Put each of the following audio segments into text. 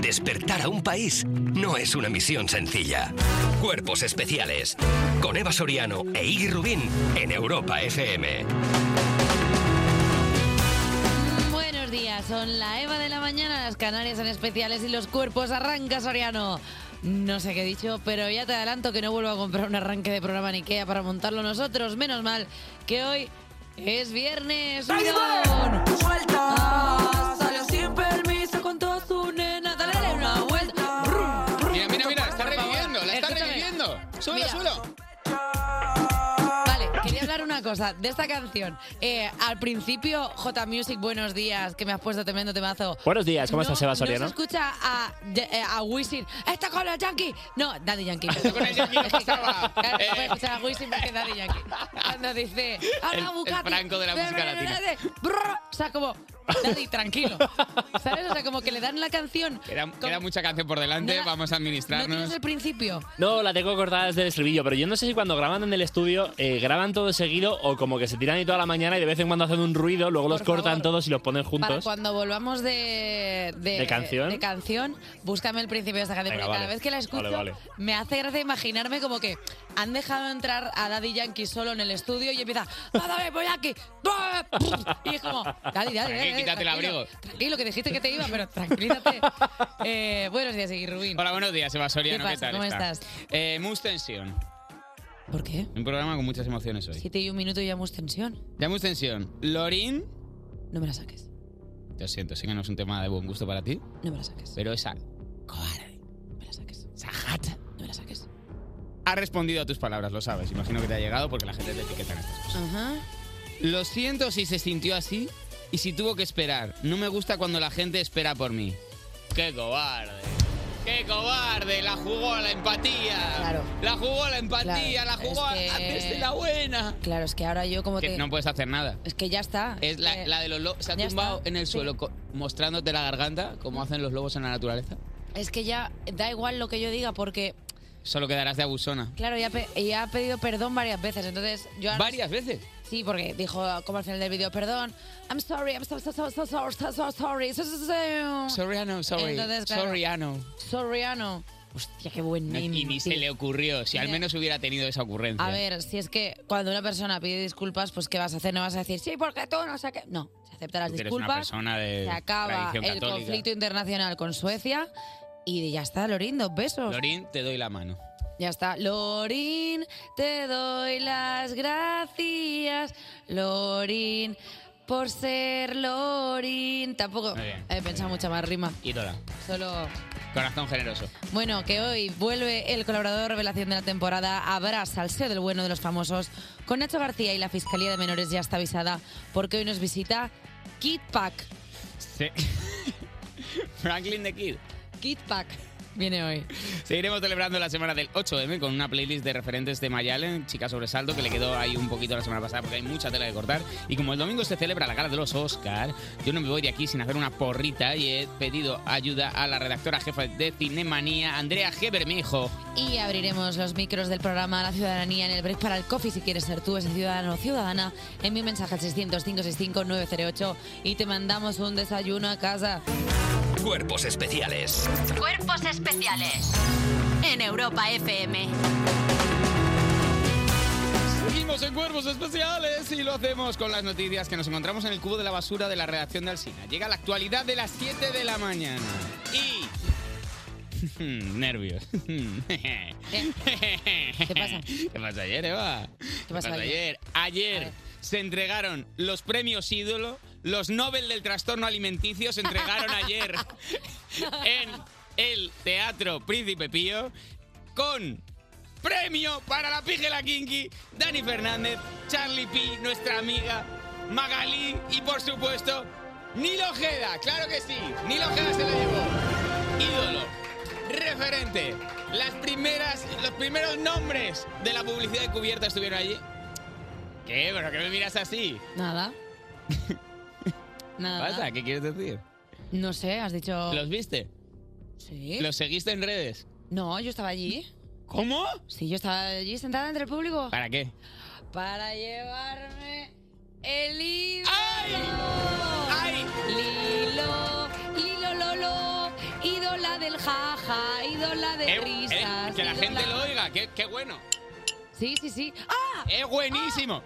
Despertar a un país no es una misión sencilla. Cuerpos especiales. Con Eva Soriano e Iggy Rubín en Europa FM. Buenos días, son la Eva de la mañana, las Canarias en especiales y los cuerpos. Arranca, Soriano. No sé qué he dicho, pero ya te adelanto que no vuelvo a comprar un arranque de programa en Ikea para montarlo nosotros. Menos mal que hoy es viernes. ¡Subidón! Ah, sale sin permiso con toda su nena. Dale dale una vuelta. Brum, brum. Mira, mira, mira, está Por favor, reviviendo, la está escúchame. reviviendo. Súbelo, Mira. súbelo. Vale, quería hablar una cosa de esta canción. Eh, al principio, J Music, buenos días, que me has puesto tremendo temazo. Buenos días, ¿cómo No- estás, Eva Soriano? No se escucha a, de- eh, a Wisin. ¡Está con los Yankees! No, Daddy Yankee. Está con los Yankees, no pasaba. Claro, no Eh. puedes escuchar a Wisin porque es Daddy Yankee. Cuando dice, El- ¡Ahora el Bucati! Franco de la música latina. brr, O sea, como, Daddy, tranquilo. ¿Sabes? O sea, como que le dan la canción. Queda, queda mucha canción por delante, No la- vamos a No administrarnos. tienes el principio. No, la tengo cortada desde el estribillo, pero yo no sé si cuando graban en el estudio eh, graban todo seguido o como que se tiran ahí toda la mañana y de vez en cuando hacen un ruido, luego los Por cortan favor. todos y los ponen Para juntos. cuando volvamos de, ¿De canción? de canción, búscame el principio de esta canción. Venga, porque cada vale. vez que la escucho, Vale, vale. me hace gracia imaginarme como que han dejado entrar a Daddy Yankee solo en el estudio y empieza, ¡Ah, dale, voy aquí! ¡Bah! ¡Pum! Y es como, Daddy, Daddy, Daddy, Tranqui, quítate el tranquilo, abrigo. Tranquilo, que dijiste que te iba, pero tranquilízate. Eh, buenos días, Iggy Rubín. Hola, buenos días, Eva Soriano, ¿Qué ¿qué, pasa? tal? ¿Cómo está? estás? Eh, Mus Tensión, ¿Por qué? un programa con muchas emociones hoy. Siete y un minuto y ya hemos tensión. Ya Mus Tensión, Lorin, No me la saques, lo siento, sé que no es un tema de buen gusto para ti, no me la saques, pero esa cobarde, no me la saques, esa gata, no me la saques. ha respondido a tus palabras, lo sabes, imagino que te ha llegado porque la gente te etiqueta en estas cosas. Ajá. Lo siento si se sintió así y si tuvo que esperar, no me gusta cuando la gente espera por mí. ¡Qué cobarde! ¡Qué cobarde! La jugó a la empatía. Claro. La jugó la empatía, Claro, la jugó es a- que- desde la buena. Claro, es que ahora yo como Que te... no puedes hacer nada. Es que ya está. Es la, que- la de los lobos. Se ha ya tumbado está, en el sí. suelo co- mostrándote la garganta, como hacen los lobos en la naturaleza. Es que ya da igual lo que yo diga porque, Solo quedarás de abusona. claro, ya, pe- ya ha pedido perdón varias veces. Entonces, yo ahora- Varias veces. Sí, porque dijo como al final del vídeo, perdón, I'm sorry, I'm so, so, so, so, so, so, so sorry, so, so, so, so- Sorry, I know, sorry. Entonces, claro. Sorry, I know. sorry, ah, no. Hostia, qué buen No, meme. y ni se tío. le ocurrió. Si al Ya. menos hubiera tenido esa ocurrencia. Eh, A ver, si es que cuando una persona pide disculpas, pues ¿qué vas a hacer? No vas a decir, sí, porque tú no sé qué. No, se aceptan las Tú que eres una disculpas, persona de se acaba tradición el católica. conflicto internacional con Suecia y ya está, Lorindo, besos. Lorín, te doy la mano. Ya está. Lorín, te doy las gracias. Lorín, por ser Lorín. Tampoco Muy bien. he pensado mucha más rima. Ídola. Solo. Corazón generoso. Bueno, que hoy vuelve el colaborador revelación de la temporada. Habrá salseo del bueno de los famosos con Nacho García y la Fiscalía de Menores ya está avisada porque hoy nos visita Kid Pack. Sí. Franklin the Kid. Kid Pack viene hoy. Seguiremos celebrando la semana del 8M con una playlist de referentes de Mayalen, Chica Sobresalto, que le quedó ahí un poquito la semana pasada porque hay mucha tela que cortar. Y como el domingo se celebra la gala de los Oscar, yo no me voy de aquí sin hacer una porrita y he pedido ayuda a la redactora jefa de Cinemanía, Andrea G. Bermejo. Y abriremos los micros del programa La Ciudadanía en el break para el coffee si quieres ser tú ese ciudadano o ciudadana. En mi mensaje al 600-565-908 y te mandamos un desayuno a casa. Cuerpos especiales. Cuerpos especiales en Europa FM. Seguimos en Cuervos Especiales y lo hacemos con las noticias que nos encontramos en el cubo de la basura de la redacción de Alsina. Llega la actualidad de las 7 de la mañana. Y... Nervios. ¿Qué pasa? ¿Qué pasó ayer, Eva? ¿Qué pasó ayer? ayer? Ayer ver. se entregaron los premios ídolo, los Nobel del trastorno alimenticio se entregaron ayer en el Teatro Príncipe Pío con premio para la pígela Kinky, Dani Fernández, Charlie P, nuestra amiga, Magali y por supuesto Nilo Ojeda, claro que sí, Nilo Ojeda se lo llevó. Ídolo, referente, las primeras, los primeros nombres de la publicidad de cubierta estuvieron allí. ¿Qué? ¿Pero qué me miras así? Nada. Nada. ¿Pasa? ¿Qué quieres decir? No sé, has dicho... ¿Los viste? ¿Sí? ¿Los seguiste en redes? No, yo estaba allí. ¿Cómo? Sí, yo estaba allí sentada entre el público. ¿Para qué? Para llevarme el hilo. ¡Ay! ¡Ay! Lilo, Lilo Lolo, ídola de Eh, ¡Qué bueno! Sí, sí, sí. ¡Ah! ¡Es buenísimo!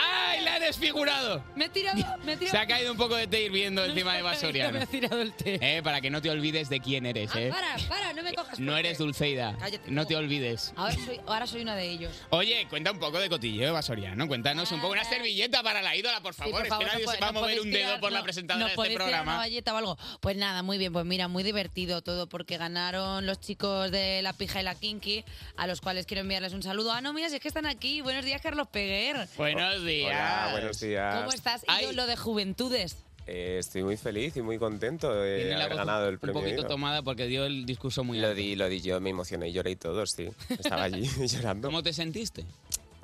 ¡Ay, la he desfigurado! Me he tirado, me he tirado. Se ha caído un poco de té hirviendo encima de Vasoriano. Me ha tirado el té. Ah, Eh, para que no te olvides de quién eres, eh. Para, para, no me cojas. No eres Dulceida. Cállate, No te olvides. Ahora soy, ahora soy una de ellos. Oye, cuenta un poco de cotilleo, Vasoriano. Cuéntanos un poco. Una servilleta para la ídola, por favor. Ah. por favor, es que nadie no se po- va a no mover podéis un dedo tirar- por la no- presentadora no de este podéis tirar una programa. galleta o algo. Pues nada, muy bien, pues mira, muy divertido todo porque ganaron los chicos de La Pija y La Kinky, a los cuales quiero enviarles un saludo. Ah, no, mira, si es que están aquí. Buenos días, Carlos Peguer. Buenos días. Hola, buenos días. ¿Cómo estás, ídolo de juventudes? Eh, estoy muy feliz y muy contento de Tiene la haber voz ganado el un premio. poquito Ivor. tomada porque dio el discurso muy Lo di, lo di yo, me emocioné y lloré y todo, sí. Estaba allí llorando. ¿Cómo te sentiste?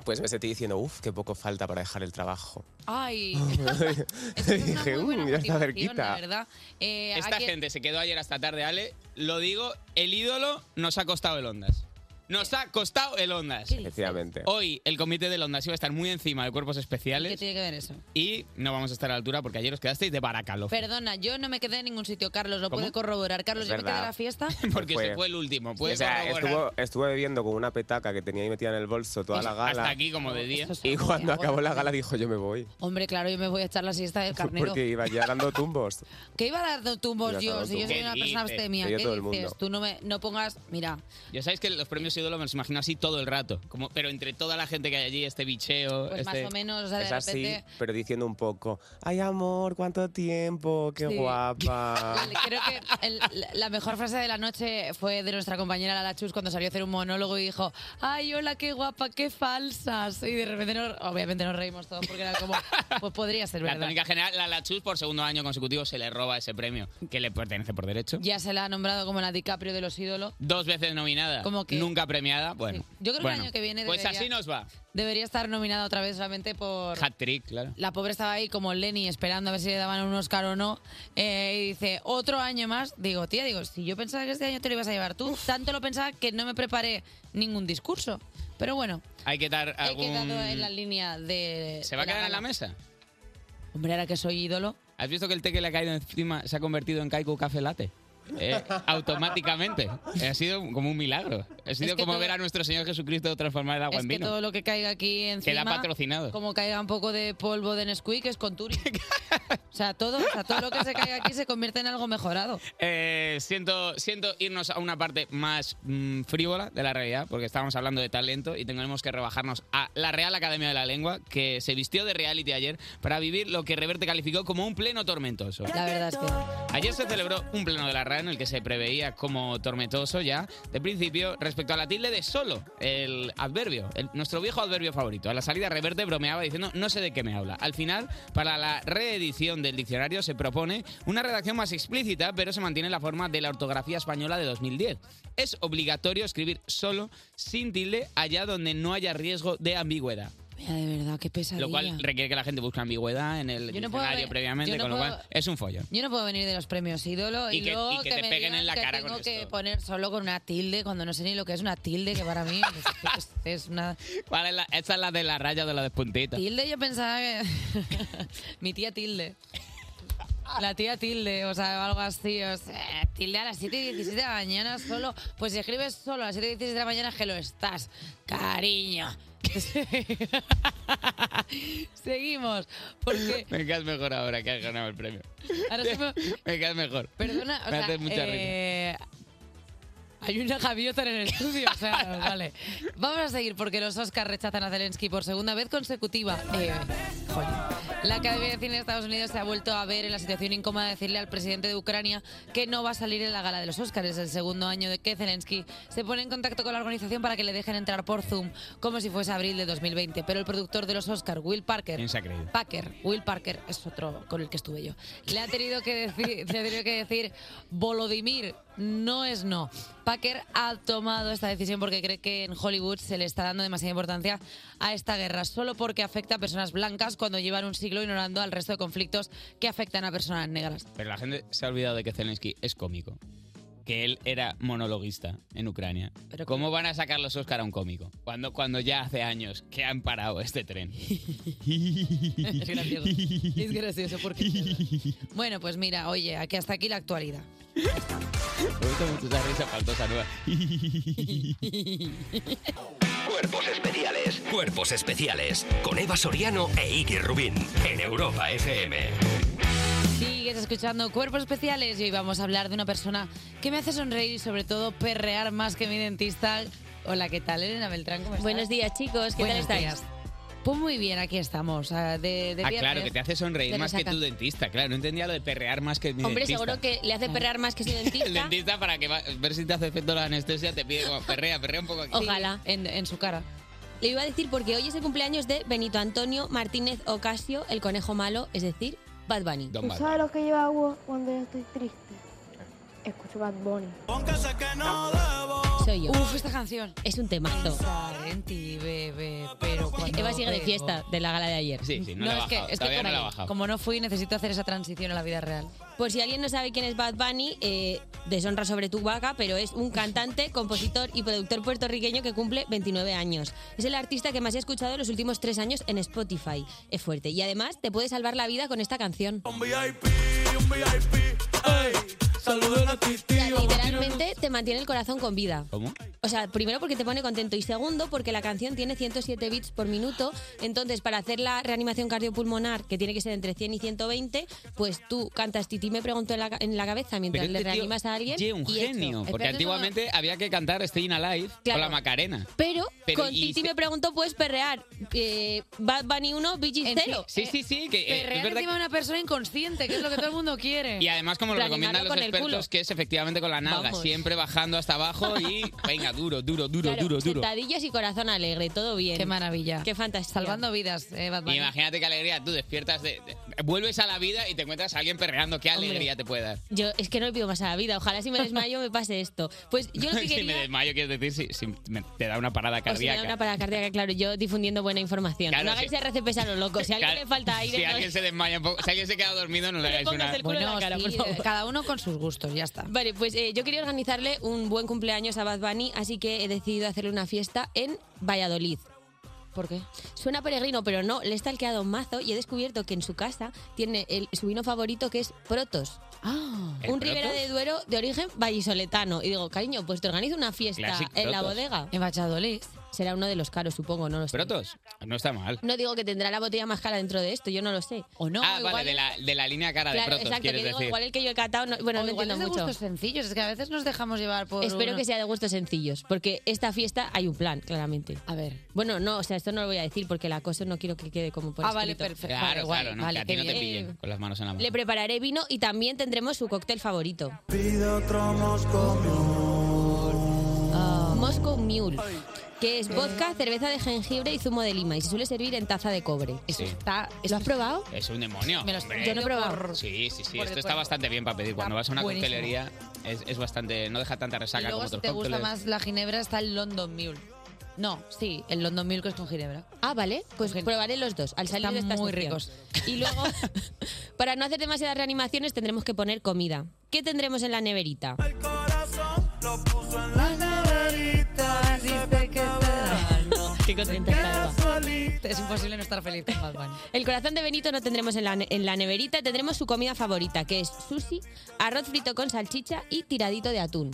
Pues me sentí diciendo, uff, qué poco falta para dejar el trabajo. Ay, Dije, buena "Mm, ya está motivación, cerquita. de verdad. Eh, Esta aquí- gente se quedó ayer hasta tarde, Ale. Lo digo, el ídolo nos ha costado el Ondas. Nos ha costado el Ondas. Efectivamente. Hoy el comité del Ondas iba a estar muy encima de cuerpos ¿Qué especiales tiene que ver eso? y no vamos a estar a la altura porque ayer os quedasteis de baracalo. Perdona, yo no me quedé en ningún sitio, Carlos, lo ¿Cómo? puede corroborar. Carlos, Es yo me quedé verdad. en la fiesta. Porque Fue- se fue el último. O Puede sea, corroborar. estuvo, estuve bebiendo con una petaca que tenía ahí metida en el bolso toda la gala. Hasta aquí como de día. Y cuando acabó la gala dijo, yo me voy. Hombre, claro, yo me voy a echar la siesta del carnero. Porque iba ya dando tumbos. ¿Qué iba a dar tumbos Iba a dar yo? Si yo tumbos. soy una ¿Qué persona dices? abstemia, Te ¿qué dio todo dices? el mundo. Tú no, me, no pongas. Mira, Ya sabéis que los premios ídolo me los imagino así todo el rato. Como, pero entre toda la gente que hay allí, este bicheo. pues este- más o menos, o sea, de Es así, repente. pero diciendo un poco, ay amor, cuánto tiempo, qué Sí. guapa. el- Creo que el- la- la mejor frase de la noche fue de nuestra compañera Lala Chus cuando salió a hacer un monólogo y dijo: ¡Ay, hola, qué guapa, qué falsas! Y de repente, nos- obviamente, nos reímos todos porque era como: Pues podría ser La verdad. tónica general, la Lachus, por segundo año consecutivo se le roba ese premio que le pertenece por derecho. Ya se la ha nombrado como la DiCaprio de los ídolos. Dos veces nominada, Como que- nunca premiada. Bueno, Yo creo que bueno. el año que viene Pues debería, así nos va. debería estar nominada otra vez solamente por. Hat trick, claro. La pobre estaba ahí como Lenny esperando a ver si le daban un Oscar o no. Eh, y dice, otro año más. Digo, tía, digo, si yo pensaba que este año te lo ibas a llevar tú, tanto lo pensaba que no me preparé ningún discurso. Pero bueno, Hay que dar algún. he quedado en la línea de... ¿Se va a de quedar en la gala. mesa? Hombre, ahora que soy ídolo. ¿Has visto que el té que le ha caído encima se ha convertido en Kaiku Café Latte? Eh, automáticamente. Ha sido como un milagro. Ha sido que como todo- ver a nuestro Señor Jesucristo transformar el agua Es en que vino. todo lo que caiga aquí encima... Queda patrocinado. Como caiga un poco de polvo de Nesquik es con Turi. o, sea, todo, o sea, todo lo que se caiga aquí se convierte en algo mejorado. Eh, siento, siento irnos a una parte más mm, frívola de la realidad, porque estábamos hablando de talento y tenemos que rebajarnos a la Real Academia de la Lengua, que se vistió de reality ayer para vivir lo que Reverte calificó como un pleno tormentoso. La verdad es que... Ayer se celebró un pleno de la RAE en el que se preveía como tormentoso ya, de principio, respecto a la tilde de solo, el adverbio, el- nuestro viejo adverbio favorito. A la salida Reverte bromeaba diciendo no sé de qué me habla. Al final, para la reedición del diccionario se propone una redacción más explícita, pero se mantiene la forma de la ortografía española de 2010. Es obligatorio escribir solo, sin tilde, allá donde no haya riesgo de ambigüedad. Mira, de verdad, Oh, qué pesadilla. Lo cual requiere que la gente busque ambigüedad en el Yo no puedo diccionario ver- previamente, yo no con lo puedo- cual es un follón. Yo no puedo venir de los premios ídolo y, Y que- y luego que que, te me peguen digan en la que cara tengo con que esto. poner solo con una tilde cuando no sé ni lo que es una tilde, que para mí pues, es una ¿Cuál es la, esa es la de la raya de la despuntita. tilde. Yo pensaba que mi tía tilde. La tía tilde, o sea, algo así, o sea, tilde a las 7 y 17 de la mañana solo. Pues si escribes solo a las 7 y 17 de la mañana es que lo estás, cariño. Seguimos, porque Me quedas mejor ahora que has ganado el premio. ahora sí me- Me quedas mejor. Perdona, Me o sea, hace mucha eh, hay una gaviota en el estudio, o sea, vale. Vamos a seguir porque los Oscars rechazan a Zelensky por segunda vez consecutiva. Eh, joder. La Academia de Cine de Estados Unidos se ha vuelto a ver en la situación incómoda de decirle al presidente de Ucrania que no va a salir en la gala de los Oscars. Es el segundo año de que Zelensky se pone en contacto con la organización para que le dejen entrar por Zoom, como si fuese abril de 2020. Pero el productor de los Oscars, Will Parker, ¿Quién se ha creído? Parker, Will Parker es otro con el que estuve yo. Le ha tenido que decir, le ha tenido que decir Volodymyr, no es no. Parker ha tomado esta decisión porque cree que en Hollywood se le está dando demasiada importancia a esta guerra, solo porque afecta a personas blancas cuando llevan un siglo ignorando al resto de conflictos que afectan a personas negras. Pero la gente se ha olvidado de que Zelensky es cómico. Que él era monologuista en Ucrania. Pero ¿Cómo van a sacar los Oscar a un cómico? Cuando, cuando ya hace años que han parado este tren. Es gracioso. Es gracioso porque. Bueno, pues mira, oye, aquí hasta aquí la actualidad. Me gusta mucho esa risa faltosa nueva. Cuerpos especiales. Cuerpos especiales. Con Eva Soriano e Iggy Rubín. En Europa FM. Sigues escuchando Cuerpos Especiales y hoy vamos a hablar de una persona que me hace sonreír y sobre todo perrear más que mi dentista. Hola, ¿qué tal? Elena Beltrán, ¿cómo estás? Buenos días, chicos. ¿Qué tal Buenos estáis? días. Pues muy bien, aquí estamos. ah, De, de Ah, viernes. claro, que te hace sonreír Te más que resaca. tu dentista. Claro, no entendía lo de perrear más que mi Hombre, dentista. seguro que le hace perrear más que su El dentista. dentista, para que va- ver si te hace efecto la anestesia, te pide como perrea, perrea un poco aquí. Ojalá. En, su cara. Le iba a decir porque hoy es el cumpleaños de Benito Antonio Martínez Ocasio, el conejo malo, es decir, Bad Bunny. Don Pues ¿Tú sabes lo que yo hago cuando yo estoy triste? Escucho Bad Bunny. Soy yo. Uf, esta canción. Es un temazo. Pensar en ti, bebé, pero cuando Eva sigue de bebo- fiesta de la gala de ayer. Sí, sí, no, No, la ha es que, bajado, es que todavía como, no la ha bajado. como no fui, necesito hacer esa transición a la vida real. Por si alguien no sabe quién es Bad Bunny, eh, deshonra sobre tu vaca, pero es un cantante, compositor y productor puertorriqueño que cumple 29 años. Es el artista que más he escuchado en los últimos tres años en Spotify. Es fuerte. Y además te puede salvar la vida con esta canción. O sea, literalmente te mantiene el corazón con vida. ¿Cómo? O sea, primero porque te pone contento y segundo porque la canción tiene 107 bits por minuto. Entonces, para hacer la reanimación cardiopulmonar, que tiene que ser entre 100 y 120, pues tú cantas Titi me preguntó en la, ca- en la cabeza mientras Pero le este tío reanimas a alguien. ye un y hecho. genio, porque Espérate, antiguamente había que cantar Staying Alive Claro. con la Macarena. Pero, Pero con y Titi se- me preguntó puedes perrear eh, Bad Bunny 1, Bee Gees En 0. Sí, sí, sí, que eh, es Perrear verdad encima de que- una persona inconsciente, que es lo que todo el mundo quiere. Y además, como lo Planearlo recomiendan los con el expertos, culo. que es efectivamente con la nalga, Vamos. siempre bajando hasta abajo y venga, duro, duro, duro, Claro, duro, duro. sentadillas y corazón alegre, todo bien. Qué maravilla. Qué fantasía. Salvando vidas, eh, Bad Bunny. Imagínate qué alegría, tú despiertas, de, de- vuelves a la vida y te encuentras a alguien perreando, qué Hombre. alegría te puede dar. Yo es que no le pido más a la vida. Ojalá si me desmayo me pase esto. Pues yo lo que si me quería... desmayo, quieres decir, si, si me- te da una parada O si me da cardíaca. una parada cardíaca, claro, yo difundiendo buena información. Claro, no hagáis sí. RCPs a lo loco. Si a alguien Claro, le falta aire, pues. Si no- alguien se desmaya un poco, si alguien se queda dormido, no le hagáis pongas una. el culo en Bueno, la cara, sí, por favor. eh, cada uno con sus gustos, ya está. Vale, pues eh, yo quería organizarle un buen cumpleaños a Bad Bunny, así que he decidido hacerle una fiesta en Valladolid. ¿Por qué? Suena peregrino, pero no, le he stalkeado un mazo y he descubierto que en su casa tiene el, su vino favorito que es Protos. Ah, ¿El Un Protos? Ribera de Duero de origen vallisoletano. Y digo, cariño, pues te organizo una fiesta Classic en la Protos. bodega. en Valladolid. Será uno de los caros, supongo, no lo sé. ¿Protos? No está mal. No digo que tendrá la botella más cara dentro de esto, yo no lo sé. O no, ah, igual, vale, de la, de la línea cara de claro, Protos, exacto, que quieres digo, decir. igual el que yo he catado, no- bueno, o no igual entiendo es de mucho. gustos sencillos, es que a veces nos dejamos llevar por... Espero una- que sea de gustos sencillos, porque esta fiesta hay un plan, claramente. A ver. Bueno, no, o sea, esto no lo voy a decir porque el acoso no quiero que quede como por ah, vale, escrito. perfecto. Claro, vale, guay, claro, no, vale, que a qué ti no te bien. pillen con las manos en la mano. Le prepararé vino y también tendremos su cóctel favorito. Ah. Moscow Mule, que es vodka, cerveza de jengibre y zumo de lima y se suele servir en taza de cobre. Eso Sí. está... ¿Lo has probado? Es un demonio. Me lo hombre. estoy Yo no he probado. por- Sí, sí, sí. por Esto el está cuerpo. bastante bien para pedir. Cuando vas a una buenísimo. coctelería es, es bastante. No deja tanta Y resaca luego, como si otros te gusta cócteles. más la ginebra, está el London Mule. No, sí, el London Mule que es con ginebra. Ah, vale, pues Cogen- probaré los dos al salir Están de esta muy sección. ricos. Y luego, para no hacer demasiadas reanimaciones, tendremos que poner comida. ¿Qué tendremos en la neverita? Qué contenta está Eva. Es imposible no estar feliz con Bad Bunny. El corazón de Benito no tendremos en la, ne- en la neverita, tendremos su comida favorita, que es sushi, arroz frito con salchicha y tiradito de atún.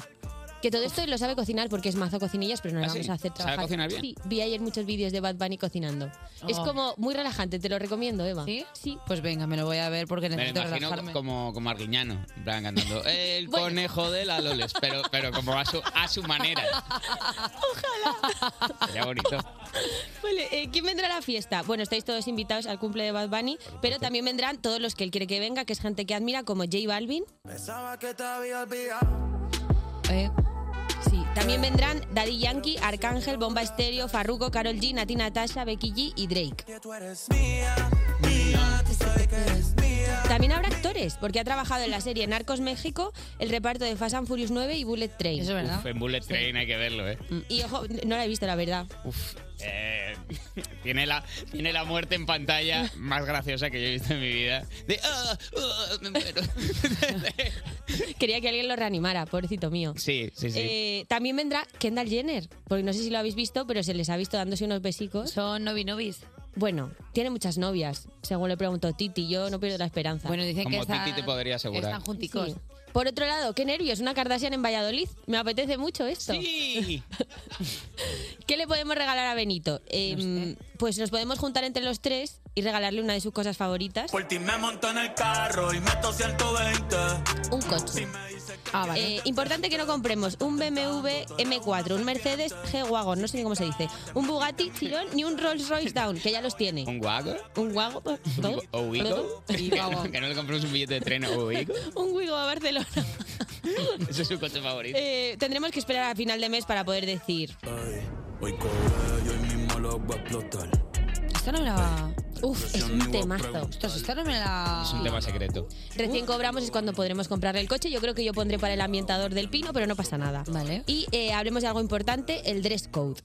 Que todo esto lo sabe cocinar porque es mazo cocinillas, pero no lo ¿Ah, vamos sí? a hacer ¿Sabe trabajar. cocinar bien? Sí, vi ayer muchos vídeos de Bad Bunny cocinando. Es Oh. como muy relajante, te lo recomiendo, Eva. ¿Sí? Sí. Pues venga, me lo voy a ver porque Me lo necesito imagino relajarme. como, como Arguiñano, en plan cantando El Bueno. conejo de la Loles, pero, pero como a su, a su manera. Ojalá. Sería bonito. Vale, eh, ¿quién vendrá a la fiesta? Bueno, estáis todos invitados al cumple de Bad Bunny, pero también vendrán todos los que él quiere que venga, que es gente que admira, como J Balvin. Eh, Sí. También vendrán Daddy Yankee, Arcángel, Bomba Estéreo, Farruko, Carol G, Nati Natasha, Becky G y Drake. También habrá actores, porque ha trabajado en la serie Narcos México, el reparto de Fast and Furious 9 y Bullet Train. eso es verdad. Mm, Uf, en Bullet Train hay que verlo, ¿eh? Y ojo, no la he visto, la verdad. Uf. eh, tiene, la, tiene la muerte en pantalla más graciosa que yo he visto en mi vida. De. "Ah, ah, me muero". Quería que alguien lo reanimara, pobrecito mío. sí, sí, sí. Eh, también vendrá Kendall Jenner, porque no sé si lo habéis visto, pero se les ha visto dándose unos besicos. Son novi novis. Bueno, tiene muchas novias, según le preguntó Titi. Yo no pierdo la esperanza. Bueno, dicen Como Titi te podría asegurar. junticos. Por otro lado, qué nervios, una Kardashian en Valladolid. Me apetece mucho esto. Sí. ¿Qué le podemos regalar a Benito? Eh, Pues nos podemos juntar entre los tres y regalarle una de sus cosas favoritas. Por ti me monto en el carro y meto 120. Un coche. Ah, Eh, importante que no compremos un BMW M4, un Mercedes G-Wagon, no sé ni cómo se dice, un Bugatti Chiron ni un Rolls Royce Down, que ya los tiene. ¿Un guago? Un Wago, ¿no? ¿O Wigo? Y guago. Que no le compramos un billete de tren o Wigo. un Wigo a Barcelona. Ese es su coche favorito. Eh, tendremos que esperar a final de mes para poder decir. Hoy coge, yo mismo lo voy a explotar. Esta no me la... Pues Uf, es un temazo. Ostras, esta no me la... Es un tema secreto. Recién cobramos es cuando podremos comprarle el coche. Yo creo que yo pondré para el ambientador del pino, pero no pasa nada. Vale. Y eh, hablemos de algo importante, el dress code.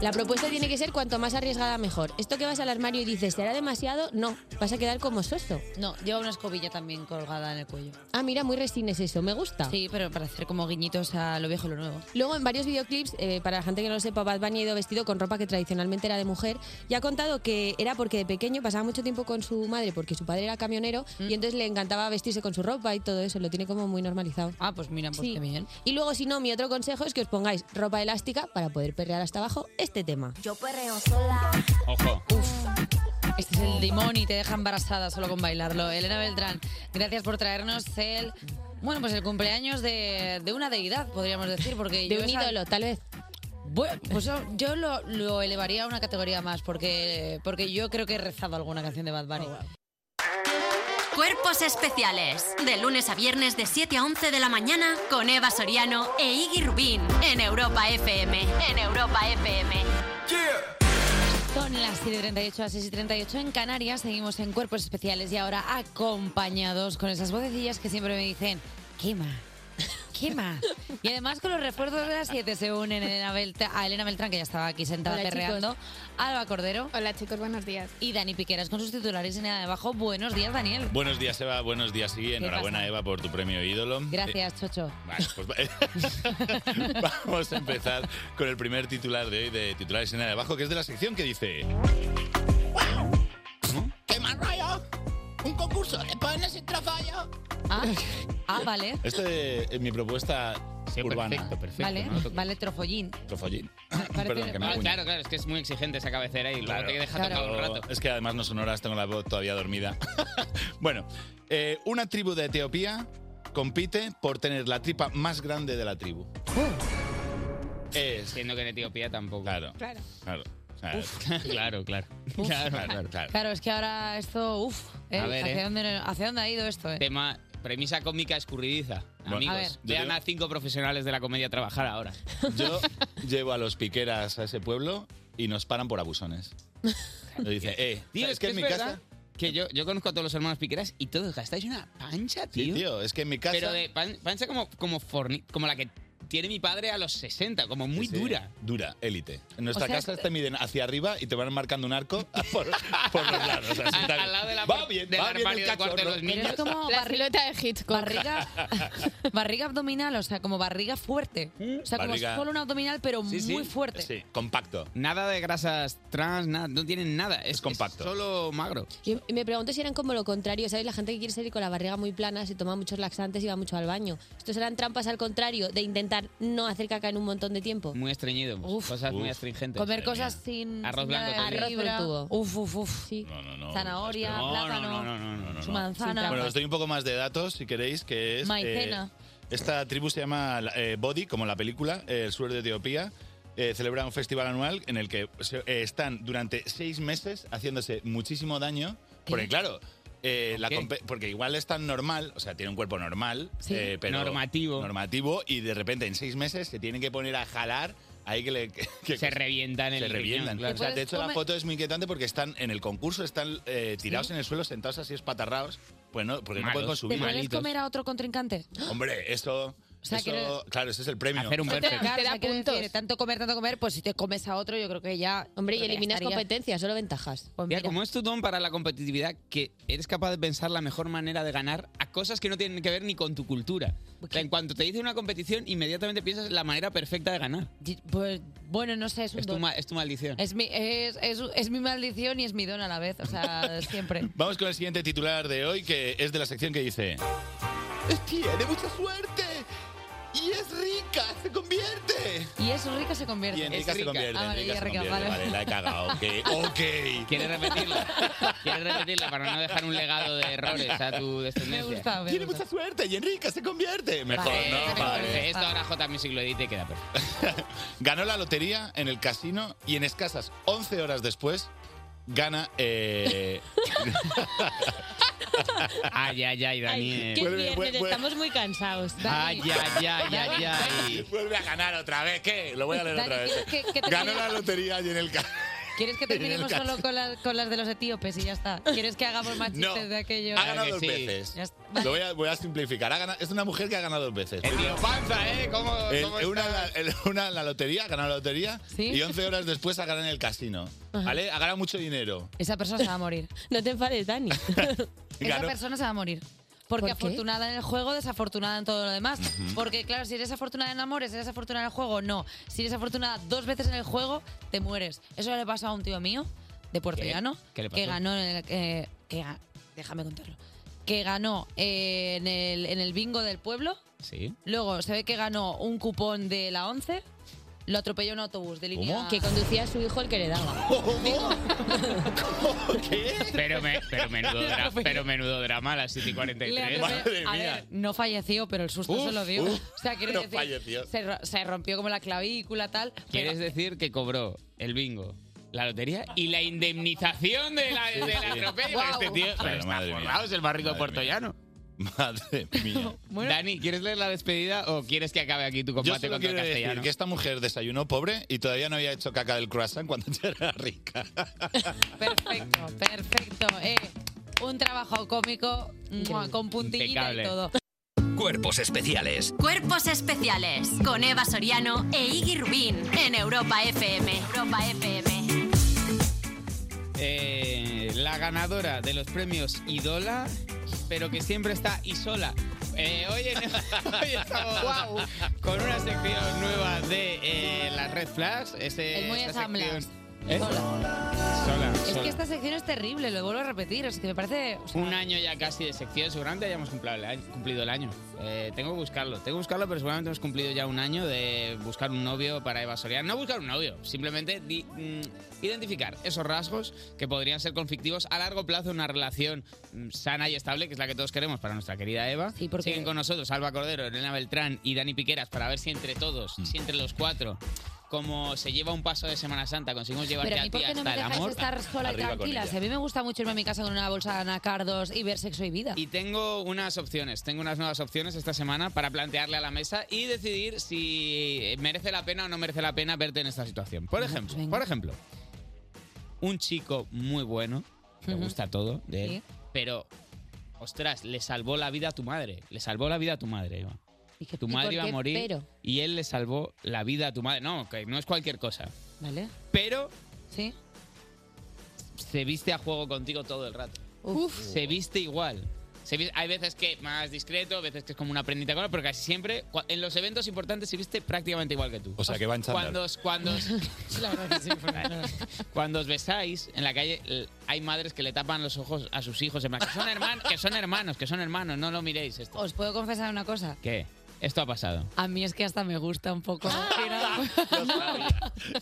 La propuesta tiene que ser cuanto más arriesgada mejor. Esto que vas al armario y dices, ¿será demasiado? No, vas a quedar como soso. No, lleva una escobilla también colgada en el cuello. Ah, mira, muy resines eso, me gusta. Sí, pero para hacer como guiñitos a lo viejo y lo nuevo. Luego, en varios videoclips, eh, para la gente que no lo sepa, Bad Bunny ha ido vestido con ropa que tradicionalmente era de mujer y ha contado que era porque de pequeño pasaba mucho tiempo con su madre porque su padre era camionero Mm. y entonces le encantaba vestirse con su ropa y todo eso, lo tiene como muy normalizado. Ah, pues mira, pues qué bien. Y luego, si no, mi otro consejo es que os pongáis ropa elástica para poder perrear hasta abajo este tema. Yo perreo sola. Ojo. Este es Oh. el limón y te deja embarazada solo con bailarlo. Elena Beltrán, gracias por traernos el... Bueno, pues el cumpleaños de, de una deidad, podríamos decir, porque De yo un esa- ídolo, tal vez. Bueno, pues yo, yo lo, lo elevaría a una categoría más, porque, porque yo creo que he rezado alguna canción de Bad Oh, Bunny. Cuerpos especiales. De lunes a viernes de 7 a 11 de la mañana con Eva Soriano e Iggy Rubín en Europa FM. En Europa FM. Son las 7.38, las 6.38 en Canarias, seguimos en Cuerpos Especiales y ahora acompañados con esas vocecillas que siempre me dicen, quema, quema. Y además con los refuerzos de las 7 se unen Elena Beltra- a Elena Beltrán, que ya estaba aquí sentada Hola, perreando, Alba Cordero. Hola chicos, buenos días. Y Dani Piqueras con sus titulares en nada abajo. Buenos días, Daniel. Buenos días, Eva. Buenos días, y Enhorabuena, pasa? Eva, por tu premio ídolo. Eh, Gracias, Chocho. vale, pues va- vamos a empezar con el primer titular de hoy de Titulares en el Abajo, que es de la sección que dice... ¡Qué mal rollo! ¡Un concurso de panes sin trofeo! Ah, ah, vale. Esto es mi propuesta urbana. Perfecto, perfecto. Vale, vale, trofollín. Perdón, que me Ah, acuñe. claro, claro, es que es muy exigente esa cabecera y luego te deja tocado un rato. Es que además no son horas, tengo la voz todavía dormida. bueno, eh, una tribu de Etiopía compite por tener la tripa más grande de la tribu. Es... Siendo que en Etiopía tampoco. Claro. Claro. Claro. O sea, Claro, claro. Uf. Claro, claro. Claro, es que ahora esto, uff, A ver, ¿hacia, eh. dónde, hacia dónde ha ido esto? eh? Tema, premisa cómica escurridiza. Bueno, A ver. Amigos, vean a cinco profesionales de la comedia trabajar ahora. Yo llevo a los piqueras a ese pueblo y nos paran por abusones. Le dice, eh, Tío, ¿sabes es que en es mi verdad casa... que yo, yo conozco a todos los hermanos piqueras y todos gastáis una pancha, Sí, tío. tío, es que en mi casa... Pero de pan- pancha como, como, forni- como la que tiene mi padre a los 60, como muy Sí, sí, dura. Dura, élite. En nuestra O sea, casa te miden hacia arriba y te van marcando un arco por, por los lados. O sea, si Al- está- al lado de la va puer- bien, del va bien armario el del cuarto de cachorro. los niños. Es como La barri- silueta de Hitchcock. barriga, barriga abdominal, o sea, como barriga fuerte. O sea, Barriga- como solo un abdominal, pero Sí, sí. muy fuerte. Sí, compacto. Nada de grasas trans, nada, no tienen nada. Es, compacto. es solo magro. Yo me pregunto si eran como lo contrario, ¿sabes? La gente que quiere salir con la barriga muy plana se toma muchos laxantes y va mucho al baño. Estos eran trampas al contrario de intentar no hacer caca en un montón de tiempo. Muy estreñido. pues, cosas muy Uf. astringentes. Comer Madre cosas mía. sin. eh, Arroz sin blanco nada de todo el día. fibra. Arroz por tubo. Uf, uf, uf. Sí. No, no, no. Zanahoria, No, no, plátano, no, no, no, no, no, su no. manzana. pues- Bueno, os doy un poco más de datos, si queréis, que es... eh, Maicena. esta tribu se llama eh, Body, como la película, eh, el sur de Etiopía. Eh, celebra un festival anual en el que se- eh, están durante seis meses haciéndose muchísimo daño. Porque, claro, eh, la qué? compe- porque igual es tan normal, o sea, tiene un cuerpo normal, Sí. eh, pero Normativo. normativo, y de repente en seis meses se tienen que poner a jalar ahí que, le, que- que- Se revientan en se el revientan. riñón, claro. O sea, de hecho, Pues, la foto es muy inquietante porque están en el concurso, están eh, tirados en el suelo, sentados así espatarrados, pues no, porque no Malos. pueden ¿Te consumir. puedes malitos. comer a otro contrincante? Hombre, esto sea, Eso- quiero- claro, ese es el premio. Hacer un Claro, o sea, quiero decir, tanto comer, tanto comer, pues si te comes a otro, yo creo que ya. Pues Hombre, y creo que ya eliminas estaría. competencias, solo ventajas. Mira, como es tu don para la competitividad, que eres capaz de pensar la mejor manera de ganar a cosas que no tienen que ver ni con tu cultura. O sea, en cuanto te dice una competición, inmediatamente piensas la manera perfecta de ganar. Pues bueno, no sé, es un es tu, don. ma- es tu maldición. Es mi, es, es- es mi maldición y es mi don a la vez, o sea, siempre. Vamos con el siguiente titular de hoy, que es de la sección que dice... Tiene mucha suerte. Y es rica, se convierte. Y eso rica se convierte. Y en rica se convierte, Ah, en vale, rica y se rica, convierte. vale. Vale, la he cagado, ok, ok. ¿Quieres repetirla? ¿Quieres repetirla para no dejar un legado de errores a tu descendencia? gusta, Tiene mucha suerte y Enrique se convierte. Mejor, Vale, ¿no? Vale. Esto ahora J Music lo edite y queda perfecto. Ganó la lotería en el casino y en escasas 11 horas después gana... eh, ay, ay, ay, Ay, qué viernes, estamos muy cansados. Ah, Ay, ay, ay, ay, ay. Dani. Vuelve a ganar otra vez, ¿qué? Lo voy a leer Dani, otra vez. ¿quieres que- que te Ganó diga? la lotería y en el ca- ¿Quieres que terminemos Tiene el solo caso. con, las- con las de los etíopes y ya está? ¿Quieres que hagamos más No, chistes de aquello? Ha ganado dos veces. Ya está. Lo voy a, voy a simplificar. Ha gana- es una mujer que ha ganado dos veces. Panza, ¿eh? ¿Cómo, El- cómo una, estás? la, el- una la lotería, ha ganado la lotería y 11 horas después ha ganado en el casino. Ajá. ¿Vale? Ha ganado mucho dinero. Esa persona se va a morir. No te enfades, Dani. Esa Ganó- persona se va a morir. Porque ¿Por qué? afortunada en el juego, desafortunada en todo lo demás. Porque claro, si eres afortunada en amores, eres afortunada en el juego, no. Si eres afortunada dos veces en el juego, te mueres. Eso le pasó a un tío mío de Puerto ¿Qué? Llano, ¿Qué le que pasó? ganó en el... eh, que ga- déjame contarlo. Que ganó eh, en, el, en el bingo del pueblo. Sí. Luego se ve que ganó un cupón de la 11. Lo atropelló un autobús de línea... Que conducía a su hijo el que le daba. ¡Oh, Pero, me- pero, menudo dra- pero menudo drama, las City Le 43. atropelló- a ver, no falleció, pero el susto Uf, se lo dio. uf, o sea, quiero no decir, falleció. Se, ro- se rompió como la clavícula, tal. ¿Quieres decir que cobró el bingo, la lotería y la indemnización de la, Sí, de la sí. atropello? Guau. Este tío Pero está madre mía. forrado, es el más rico de Madre Puerto mía. Llano. Madre mía. Dani, ¿quieres leer la despedida o quieres que acabe aquí tu Yo combate solo contra el quiero decir castellano? que esta mujer desayunó pobre y todavía no había hecho caca del croissant cuando ya era rica. Perfecto, perfecto. Eh, un trabajo cómico mua, con puntillita y todo. Cuerpos especiales Cuerpos especiales con Eva Soriano e Iggy Rubín en Europa FM. Europa FM. Eh, la ganadora de los premios Idola, pero que siempre está Isola. Eh, hoy, en- hoy estamos con una sección nueva de eh, la Red Flash. Este, Es muy esta ensamblas. sección- ¿Eh? Sola, Es sola. que esta sección es terrible, lo vuelvo a repetir. Es que me parece. o sea, Un año ya casi de sección, seguramente hayamos cumplido el año. cumplido el año. Eh, tengo que buscarlo, tengo que buscarlo, pero seguramente hemos cumplido ya un año de buscar un novio para Eva Soriano. No buscar un novio, simplemente di- mm, identificar esos rasgos que podrían ser conflictivos a largo plazo en una relación mm, sana y estable, que es la que todos queremos para nuestra querida Eva. Siguen con nosotros Alba Cordero, Elena Beltrán y Dani Piqueras para ver si entre todos, si entre los cuatro, como se lleva un paso de Semana Santa, conseguimos llevarte Pero a a mí, ti ¿por qué no hasta me el dejáis amor. estar sola y tranquila? Si a mí me gusta mucho irme a mi casa con una bolsa de anacardos y ver sexo y vida. Y tengo unas opciones, tengo unas nuevas opciones esta semana para plantearle a la mesa y decidir si merece la pena o no merece la pena verte en esta situación. Por ejemplo, por ejemplo, un chico muy bueno, te Ujú. gusta todo de él, pero ostras, le salvó la vida a tu madre, le salvó la vida a tu madre, Iván. Tu y por madre iba a qué morir pero? y él le salvó la vida a tu madre. No, que no es cualquier cosa. ¿Vale? Pero Sí. se viste a juego contigo todo el rato. Uf. Se viste igual. Se vi- hay veces que más discreto, veces que es como una prendita con pero casi siempre cua- en los eventos importantes se viste prácticamente igual que tú. O sea, que va en chándal. Cuando os, cuando os- cuando os besáis en la calle, l- hay madres que le tapan los ojos a sus hijos en plan, que son hermanos, que son hermanos, que son hermanos, no lo miréis esto. Os puedo confesar una cosa. ¿Qué? Esto ha pasado. A mí es que hasta me gusta un poco. Ah.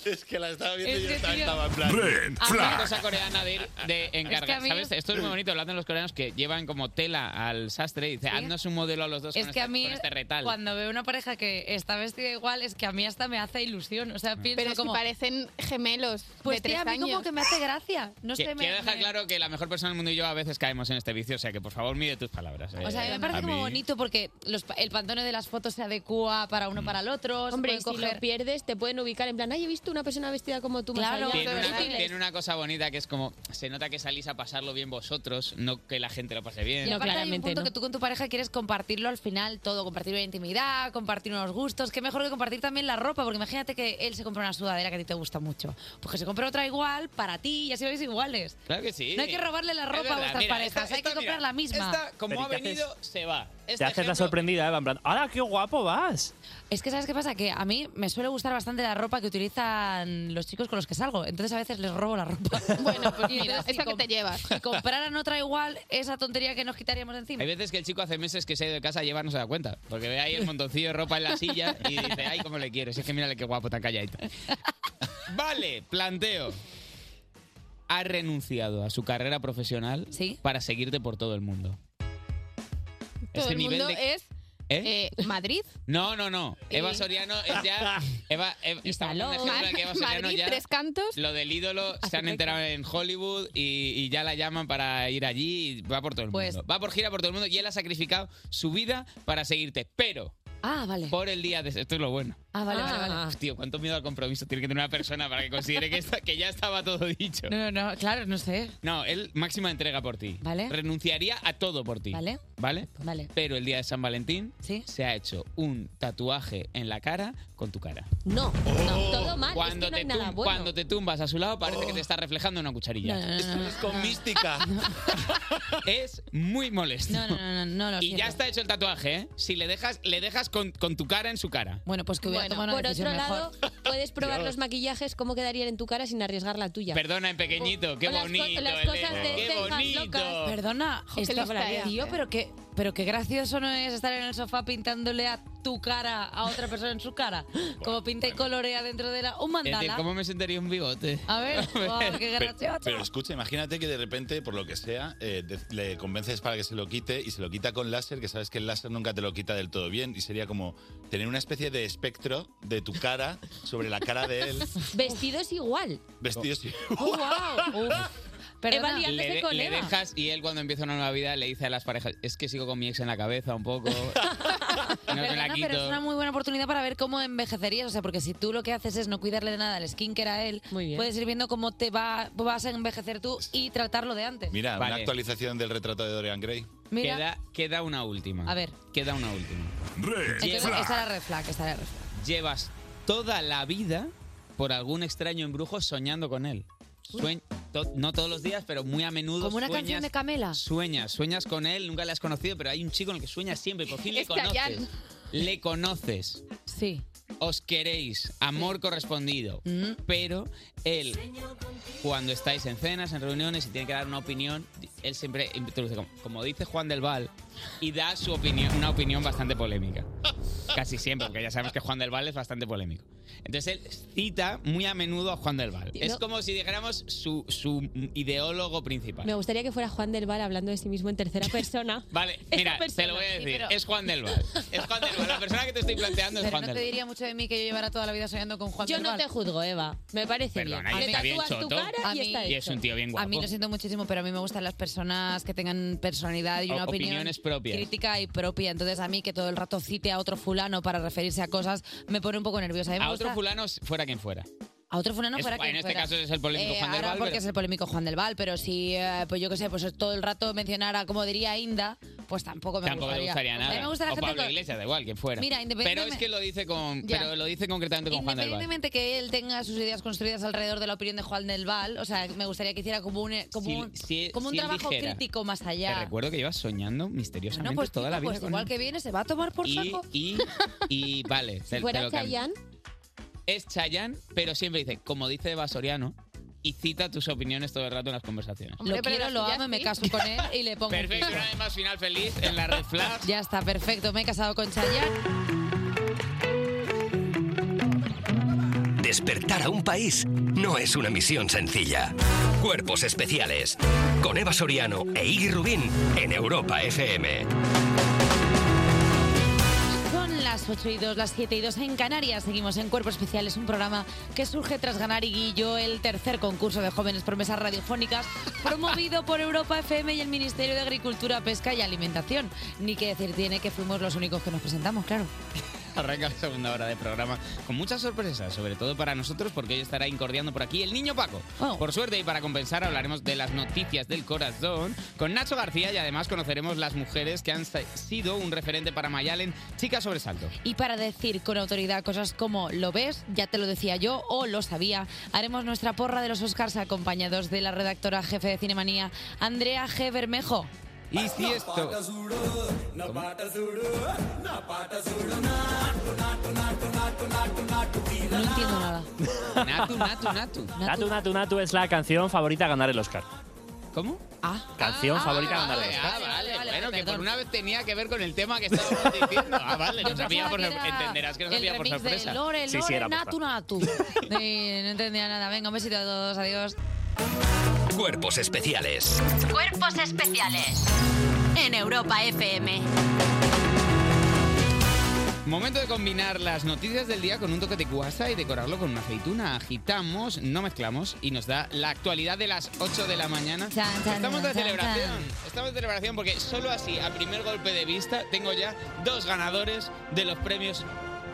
es que la estaba viendo y yo estaba- estaba en plan. Red Una cosa coreana de, de encargar, que a mí- ¿sabes? Esto es muy bonito hablando de los coreanos que llevan como tela al sastre y dicen, haznos un modelo a los dos Es con, este, que a mí, con este retal. cuando veo una pareja que está vestida igual, es que a mí hasta me hace ilusión. O Ah. sea, pienso Pero es que como... parecen gemelos Pues de tres tía, a mí como años. que me hace gracia. No Que- sé, me- quiero dejar me- claro que la mejor persona del mundo y yo a veces caemos en este vicio, o sea que por favor mide tus palabras. eh. O sea, a mí Mm. me parece como bonito porque los pa- el pantone de las fotos se adecua para uno para el otro. Hombre, se y si puede lo coger verdes te pueden ubicar en plan, ay, he visto una persona vestida como tú. más allá". tiene, una, tiene una cosa bonita que es como, se nota que salís a pasarlo bien vosotros, no que la gente lo pase bien. Y aparte hay un punto que tú con tu pareja quieres compartirlo al final todo, compartir una intimidad, compartir unos gustos, que mejor que compartir también la ropa, porque imagínate que él se compra una sudadera que a ti te gusta mucho, pues que se compre otra igual para ti y así vais iguales. Claro que sí. No hay que robarle la Es ropa a verdad, vuestras mira, parejas, esta- Pues hay que esta, comprar mira, la misma. Esta, como Pero ha ¿y qué haces? venido, se va. Te Este haces la ejemplo- sorprendida, Eva, en plan, ¡hala, qué guapo vas! Es que sabes qué pasa, que a mí me suele gustar bastante la ropa que utilizan los chicos con los que salgo, entonces a veces les robo la ropa. Bueno, pues mira, esa que te llevas. Si compraran otra igual, esa tontería que nos quitaríamos de encima. Hay veces que el chico hace meses que se ha ido de casa y Eva no se da cuenta. Porque ve ahí el montoncillo de ropa en la silla y dice, ay, cómo le quieres. Es que mírale qué guapo tan calladito. Vale, planteo. Ha renunciado a su carrera profesional para seguirte por todo el mundo. Todo el mundo es ¿Eh? eh, Madrid. No, no, no. Eva Soriano es ya. Eva, Eva, estamos en un ejemplo de que Eva Soriano Madrid, ya- tres cantos. Lo del ídolo Ah, se han enterado en Hollywood y, y ya la llaman para ir allí y va por todo el Pues- mundo. Va por gira por todo el mundo y él ha sacrificado su vida para seguirte. Pero Ah, vale. por el día de... Esto es lo bueno. Ah, vale, vale, vale. Tío, cuánto miedo al compromiso tiene que tener una persona para que considere que, esta- que ya estaba todo dicho. No, no, no, claro, no sé. No, él máxima entrega por ti. Vale. Renunciaría a todo por ti. Vale. ¿Vale? Vale. Pero el día de San Valentín se ha hecho un tatuaje en la cara con tu cara. No, no, todo mal, Cuando, es que no te hay nada tum- bueno. cuando te tumbas a su lado parece que te está reflejando una cucharilla. No, no, no, Esto no, es con mística. es muy molesto. No, no, no, no, no, lo y ya siento. está hecho el tatuaje, ¿eh? Si le dejas, le dejas con, con tu cara en su cara. Bueno, pues que hubiera Bueno, tomado una por decisión otro mejor. lado, puedes probar Dios. los maquillajes, cómo quedarían en tu cara sin arriesgar la tuya. Perdona en pequeñito, qué O las co- bonito. las el cosas de qué cejas bonito. locas. Perdona, Jo, qué esto lista era. tío, pero qué, pero qué gracioso no es estar en el sofá pintándole a tu cara a otra persona en su cara. Como pinta y colorea dentro de la. Un Es decir, mandala. ¿cómo me sentaría un bigote? A ver, guau, qué Pero, gracioso. pero escucha, imagínate que de repente, por lo que sea, eh, de- le convences para que se lo quite y se lo quita con láser, que sabes que el láser nunca te lo quita del todo bien y sería como tener una especie de espectro de tu cara sobre la cara de él, Vestidos igual. vestidos y... Oh, wow. Eva le, liándose de- con le Eva. dejas y él cuando empieza una nueva vida le dice a las parejas, es que sigo con mi ex en la cabeza un poco. no me la Perdona, quito. pero es una muy buena oportunidad para ver cómo envejecerías. O sea, porque si tú lo que haces es no cuidarle de nada al skincare a él, puedes ir viendo cómo te va, vas a envejecer tú y tratarlo de antes. Mira, Vale. una actualización del retrato de Dorian Gray. Mira. Queda, queda una última. A ver. Queda una última. Entonces, Lleva- esta era red flag, esta era red flag. llevas toda la vida por algún extraño embrujo soñando con él. Sue- to- no todos los días, pero muy a menudo. Como una sueñas- canción de Camela. Sueñas, sueñas con él, nunca le has conocido, pero hay un chico en el que sueñas siempre, por fin le Es Chayanne. conoces. Le conoces. Sí. Os queréis, amor correspondido. Pero él, cuando estáis en cenas, en reuniones y tiene que dar una opinión, él siempre introduce, como, como dice Juan del Val, y da su opinión, una opinión bastante polémica. Casi siempre, porque ya sabemos que Juan del Val es bastante polémico. Entonces él cita muy a menudo a Juan del Val. Es como si dijéramos su, su ideólogo principal. Me gustaría que fuera Juan del Val hablando de sí mismo en tercera persona. Vale, mira, te lo voy a persona, sí, decir. pero- Es Juan del Val. Es Juan del Val. La persona que te estoy planteando es Pero Juan no del te Val. diría mucho de mí que yo llevara toda la vida soñando con Juan Yo del no Val. te juzgo, Eva. Me parece Perdona, y bien. está Le bien tatúas tu choto. cara y A está mí- Y es un tío bien guapo. A mí lo siento muchísimo, pero a mí me gustan las personas que tengan personalidad y O- una opinión opiniones propias. crítica y propia. Entonces a mí que todo el rato cite a otro fulano para referirse a cosas me pone un poco nerviosa. mí me A otro gusta- fulano, fuera quien fuera. A otro fulano Es- fuera en quien este fuera. caso es el polémico Eh, Juan del ahora Val, porque pero- es el polémico Juan del Val, pero si, eh, pues yo qué sé, pues todo el rato mencionara como diría Inda, pues tampoco me Tampoco gustaría. me gustaría O sea, nada. a mí me gusta la o gente Pablo con- Iglesias, da igual, quien fuera. Mira, independientemente- Pero es que lo dice, con, Ya. pero lo dice concretamente con Juan del Val. Independientemente que él tenga sus ideas construidas alrededor de la opinión de Juan del Val, o sea, me gustaría que hiciera como un, eh, como Si- un, si- como un si él trabajo dijera, crítico más Te allá. recuerdo que llevas soñando misteriosamente No, pues, toda la chico, vida pues con igual él. que viene se va a tomar por y, saco. y, y vale, te, te Fuera lo cambio. Chayanne, Es Chayanne, pero siempre dice, como dice Eva Soriano, y cita tus opiniones todo el rato en las conversaciones. lo quiero, lo amo, me caso con él y le pongo un Perfecto, piso. una vez más final feliz en la red flash. Ya está, perfecto. Me he casado con Chayanne. Despertar a un país no es una misión sencilla. Cuerpos especiales. Con Eva Soriano e Iggy Rubín en Europa FM. Son las 8 y 2, las 7 y 2 en Canarias. Seguimos en Cuerpo Especial. Es un programa que surge tras ganar Iguillo el tercer concurso de jóvenes promesas radiofónicas promovido por Europa FM y el Ministerio de Agricultura, Pesca y Alimentación. Ni que decir tiene que fuimos los únicos que nos presentamos, claro. Arranca la segunda hora de programa con muchas sorpresas, sobre todo para nosotros, porque hoy estará incordiando por aquí el niño Paco. Por suerte y para compensar, hablaremos de las noticias del corazón con Nacho García y además conoceremos las mujeres que han sa- sido un referente para Mayalen, chica sobresalto. Y para decir con autoridad cosas como lo ves, ya te lo decía yo o lo sabía, haremos nuestra porra de los Oscars acompañados de la redactora jefe de Cinemanía, Andrea G. Bermejo. Y si esto... No entiendo nada. Natu, natu, natu. Natu, Natu, Natu es la canción favorita a ganar el Oscar. ¿Cómo? Ah. Canción favorita a ganar el Vale, Oscar. ah, vale, bueno, que por una vez tenía que ver con el tema que estábamos diciendo. Ah, vale, no sabía por Pues pensaba que sor- era entenderás que no el sabía por remix de sorpresa. Lore, Lore, por Natu, Natu. Sí, no entendía nada. Venga, un besito a todos. Adiós. Cuerpos especiales. Cuerpos especiales en Europa FM. Momento de combinar las noticias del día con un toque de guasa y decorarlo con una aceituna. Agitamos, no mezclamos y nos da la actualidad de las 8 de la mañana. Estamos de chan, celebración. Estamos de celebración porque solo así, a primer golpe de vista, tengo ya dos ganadores de los premios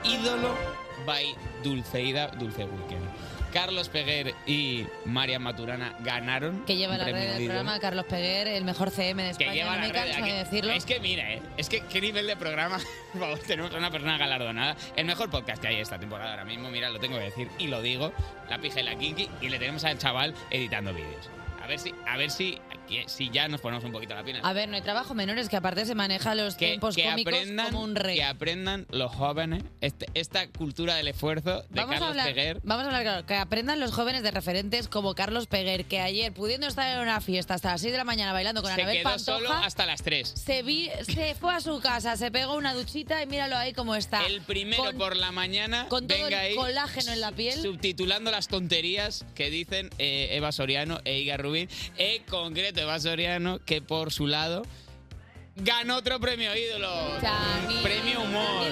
Ídolo by Dulceida Dulce Weekend. Carlos Peguer y María Maturana ganaron. Que lleva un la red premio del Ídolo. programa Carlos Peguer, el mejor CM de Que España. lleva no la me red, canso que- de decirlo. Es que mira, ¿eh? es que qué nivel de programa. Por favor, tenemos a una persona galardonada. El mejor podcast que hay esta temporada ahora mismo, mira, lo tengo que decir y lo digo. La pija y la kinky y le tenemos al chaval editando vídeos. A ver si, a ver si, si ya nos ponemos un poquito la pina. A ver, no hay trabajo menores que aparte se maneja los tiempos que cómicos aprendan, como un rey. que aprendan los jóvenes este- esta cultura del esfuerzo de Vamos a, Carlos hablar, Peguer. vamos a hablar claro, que aprendan los jóvenes de referentes como Carlos Peguer, que ayer, pudiendo estar en una fiesta hasta las 6 de la mañana bailando con se Anabel quedó solo Pantoja, hasta las 3. se, vi- se fue a su casa, se pegó una duchita y míralo ahí como está. El primero Con- por la mañana. con todo venga el ahí, colágeno en la piel. Subtitulando las tonterías que dicen eh, Eva Soriano e Iga Rubín. En concreto, Eva Soriano, que por su lado ganó otro premio ídolo. premio humor.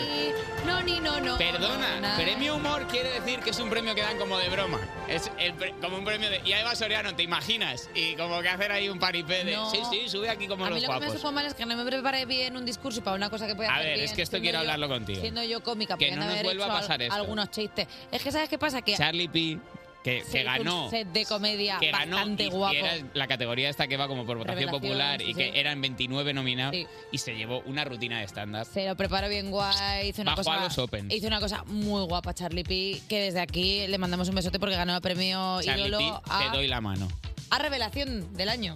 No, ni, no, no. Perdona, no, no, no. premio humor quiere decir que es un premio que dan como de broma. Es el pre- como un premio de. Y a Eva Soriano, ¿te imaginas? Y como que hacer ahí un paripé de. No. Sí, sí, sube aquí como A los mí lo que guapos. me supo mal es que no me preparé bien un discurso para una cosa que podía A hacer ver, bien, es que esto siendo quiero yo- hablarlo contigo. Siendo yo cómica, Que pudiendo no nos haber vuelva a hecho pasar al- esto. algunos chistes. Es que, ¿sabes qué pasa? Que Charlie P. Que, que se hizo ganó. un set de comedia que ganó bastante y- guapo. y era la categoría esta que va como por votación Revelación, popular sí, y que sí. eran 29 nominados Sí. y se llevó una rutina de stand-up. Se lo preparó bien guay, hizo una Bajó cosa a los Open. hizo una cosa muy guapa Charlie P, que desde aquí le mandamos un besote porque ganó el premio Charlie P, ídolo te a, doy la mano. a revelación del año.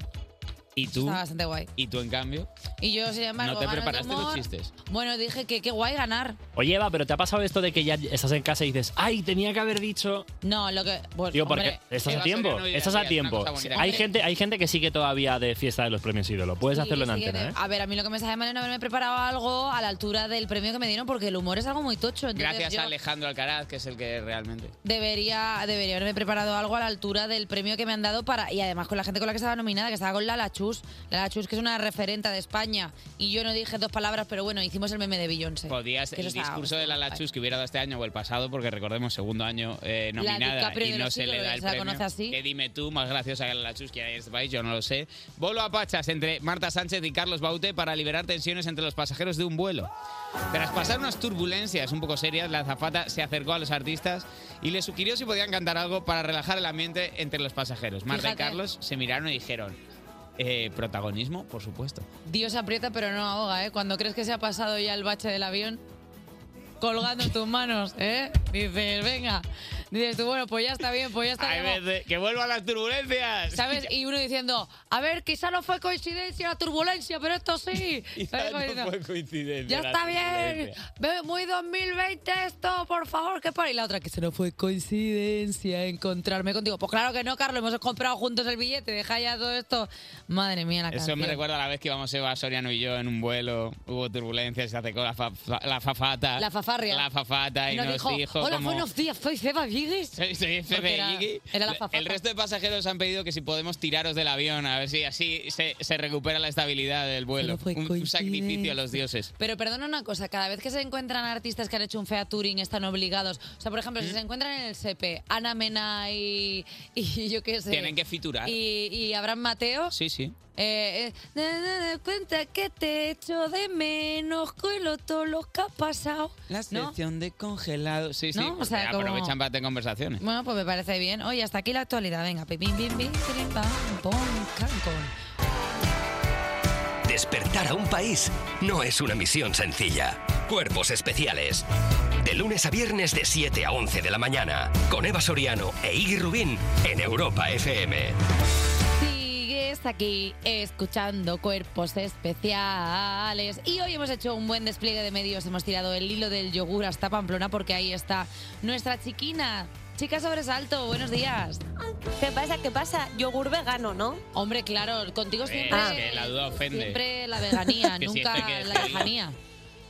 Y tú, Está bastante guay. y tú en cambio, Y yo sin embargo, No te ganas de preparaste los humor. chistes. Bueno, dije que qué guay ganar. Oye, Eva, pero ¿te ha pasado esto de que ya estás en casa y dices, ay, tenía que haber dicho... No, lo que pues, Digo, porque hombre, estás a tiempo, estás a tiempo. Hay gente, hay gente que sigue todavía de fiesta de los premios ídolo. Puedes Sí, hacerlo en sí, antena, de- ¿eh? A ver, a mí lo que me sabe mal es no haberme preparado algo a la altura del premio que me dieron porque el humor es algo muy tocho. entonces gracias yo a Alejandro Alcaraz, que es el que realmente. Debería, debería haberme preparado algo a la altura del premio que me han dado para. Y además con la gente con la que estaba nominada, que estaba con Lala Chus. Lala Chus, que es una referente de España. Y yo no dije dos palabras, pero bueno, hicimos el meme de Beyoncé. Podías Que el eso estaba- discurso de la Lachus que hubiera dado este año o el pasado, porque recordemos, segundo año eh, La nominada DiCaprio y de no los se le siglos, da el se la premio. conoce así. Que dime tú, más graciosa que la Lachus que hay en este país, yo no lo sé. Bolo a pachas entre Marta Sánchez y Carlos Baute para liberar tensiones entre los pasajeros de un vuelo. Tras pasar unas turbulencias un poco serias, la azafata se acercó a los artistas y les sugirió si podían cantar algo para relajar el ambiente entre los pasajeros. Marta Fíjate. y Carlos se miraron y dijeron, eh, protagonismo, por supuesto. Dios aprieta, pero no ahoga, ¿eh? Cuando crees que se ha pasado ya el bache del avión, colgando en tus manos, ¿eh? Dices, venga. Dices tú, bueno, pues ya está bien, pues ya está Hay bien. veces que vuelvan las turbulencias. ¿Sabes? Y uno diciendo, a ver, quizá no fue coincidencia la turbulencia, pero esto sí. ¿Sabes? Como diciendo, coincidencia. ya está bien. Ve- Muy 2020 esto, por favor, que para. Y la otra, que se no fue coincidencia encontrarme contigo. Pues claro que no, Carlos, hemos comprado juntos el billete, deja ya todo esto. Madre mía, la Eso canción. me recuerda a la vez que íbamos Eva Soriano y yo en un vuelo, hubo turbulencias, se acercó la, fa- fa- la fafata. La fafarria. La fafata y, nos, dijo, hola, como- buenos días, soy Seba Giguis. Soy- soy Pepe Porque era- Iggy. era la fafata. El resto de pasajeros han pedido que si podemos tiraros del avión, a ver si así se, se recupera la estabilidad del vuelo. Un, un sacrificio a los dioses. Pero perdona una cosa, cada vez que se encuentran artistas que han hecho un featuring están obligados. O sea, por ejemplo, Mm. si se encuentran en el SEPE, Ana Mena y, y yo qué sé. Tienen que fiturar. Y, y Abraham Mateo. Sí, sí. eh, eh, na, na, na, cuenta que te echo de menos con lo- todo lo que ha pasado. La ¿No? sección de congelado. Sí, sí. ¿No? O porque sea, como- aprovechan para tener conversaciones. Bueno, pues me parece bien. Oye, hasta aquí la actualidad. Venga, pim, pim, pim, pim, pim, pam, pom, can, con. Despertar a un país no es una misión sencilla. Cuerpos especiales. De lunes a viernes de 7 a 11 de la mañana. Con Eva Soriano e Iggy Rubín en Europa FM. Sigues aquí escuchando cuerpos especiales. Y hoy hemos hecho un buen despliegue de medios. Hemos tirado el hilo del yogur hasta Pamplona porque ahí está nuestra chiquina. Chica Sobresalto, buenos días. ¿Qué pasa? ¿Qué pasa? Yogur vegano, ¿no? Ah, Hombre, claro, contigo Eh, siempre, es que la duda ofende. siempre la veganía, Que si nunca esto hay que la despedirlo. lejanía.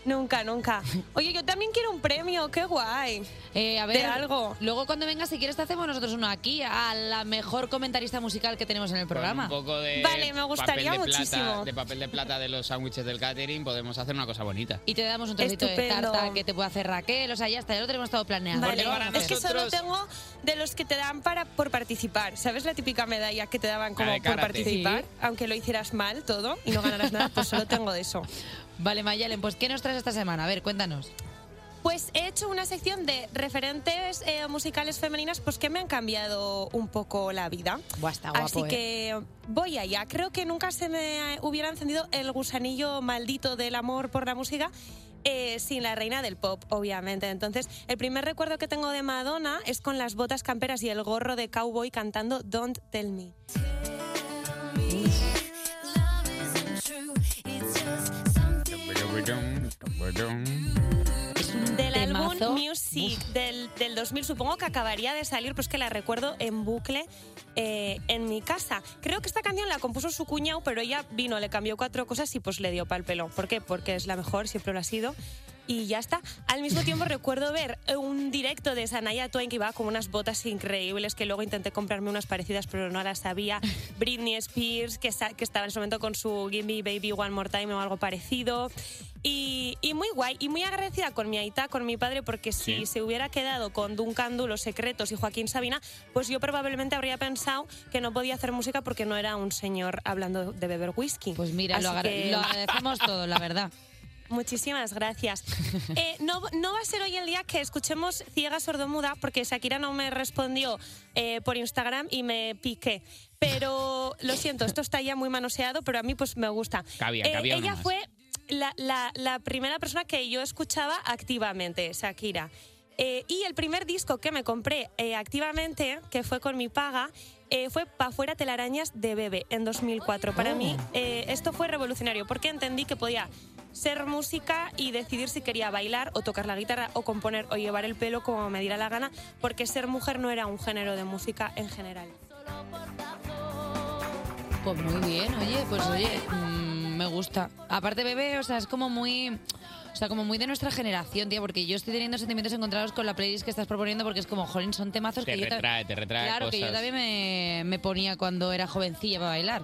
Nunca, nunca. Oye, yo también quiero un premio, qué guay. Eh, a De ver, algo. luego cuando vengas, si quieres, te hacemos nosotros uno aquí, a la mejor comentarista musical que tenemos en el programa. Un poco de papel de Plata, de papel de plata de los sándwiches del catering podemos hacer una cosa bonita. Y te damos un trocito de Estupendo. tarta que te puede hacer Raquel, o sea, ya está, ya lo tenemos todo planeado. Vale. Ya lo vamos a Es que hacer. solo tengo de los que te dan para por participar. ¿Sabes la típica medalla que te daban como La de por karate. participar? Sí. Aunque lo hicieras mal todo y no ganaras nada, pues solo tengo de eso. Vale, Mayalen, pues ¿qué nos traes esta semana? A ver, cuéntanos. Pues he hecho una sección de referentes eh, musicales femeninas pues que me han cambiado un poco la vida. Buah, está guapo, Así eh. que voy allá. Creo que nunca se me eh, hubiera encendido el gusanillo maldito del amor por la música. eh, sin la reina del pop, obviamente. Entonces, el primer recuerdo que tengo de Madonna es con las botas camperas y el gorro de cowboy cantando Don't Tell Me. Del álbum Music del, del 2000, supongo que acabaría de salir, pues que la recuerdo en bucle eh, en mi casa. Creo que esta canción la compuso su cuñado, pero ella vino, le cambió cuatro cosas y pues le dio pal pelo. ¿Por qué? Porque es la mejor, siempre lo ha sido. Y ya está. Al mismo tiempo recuerdo ver un directo de Sanaya Twain que iba con unas botas increíbles que luego intenté comprarme unas parecidas pero no las sabía. Britney Spears que, sa- que estaba en ese momento con su Gimme Baby One More Time o algo parecido. Y, y muy guay y muy agradecida con mi Aita, con mi padre, porque si se hubiera quedado con Duncan Du, Los Secretos y Joaquín Sabina, pues yo probablemente habría pensado que no podía hacer música porque no era un señor hablando de beber whisky. Pues Mira, lo, agra- lo agradecemos todo, la verdad. Muchísimas gracias. Eh, no, no va a ser hoy el día que escuchemos Ciega Sordomuda porque Shakira no me respondió eh, por Instagram y me piqué. Pero lo siento, esto está ya muy manoseado, pero a mí pues me gusta. Eh, Cabía, cabía una ella más. fue la, la- la primera persona que yo escuchaba activamente, Shakira. Eh, y el primer disco que me compré eh, activamente, que fue con mi paga, eh, fue Pa' fuera telarañas de Bebe en 2004. Para Oh. mí eh, esto fue revolucionario porque entendí que podía ser música y decidir si quería bailar o tocar la guitarra o componer o llevar el pelo como me diera la gana, porque ser mujer no era un género de música en general. Pues muy bien, oye, pues oye, mm, me gusta. Aparte, bebé, o sea, es como muy. O sea, como muy de nuestra generación, tía, porque yo estoy teniendo sentimientos encontrados con la playlist que estás proponiendo porque es como, jolín, son temazos Te que yo ta- retrae, te retrae Claro, que yo cosas. también me, me ponía cuando era jovencilla para bailar.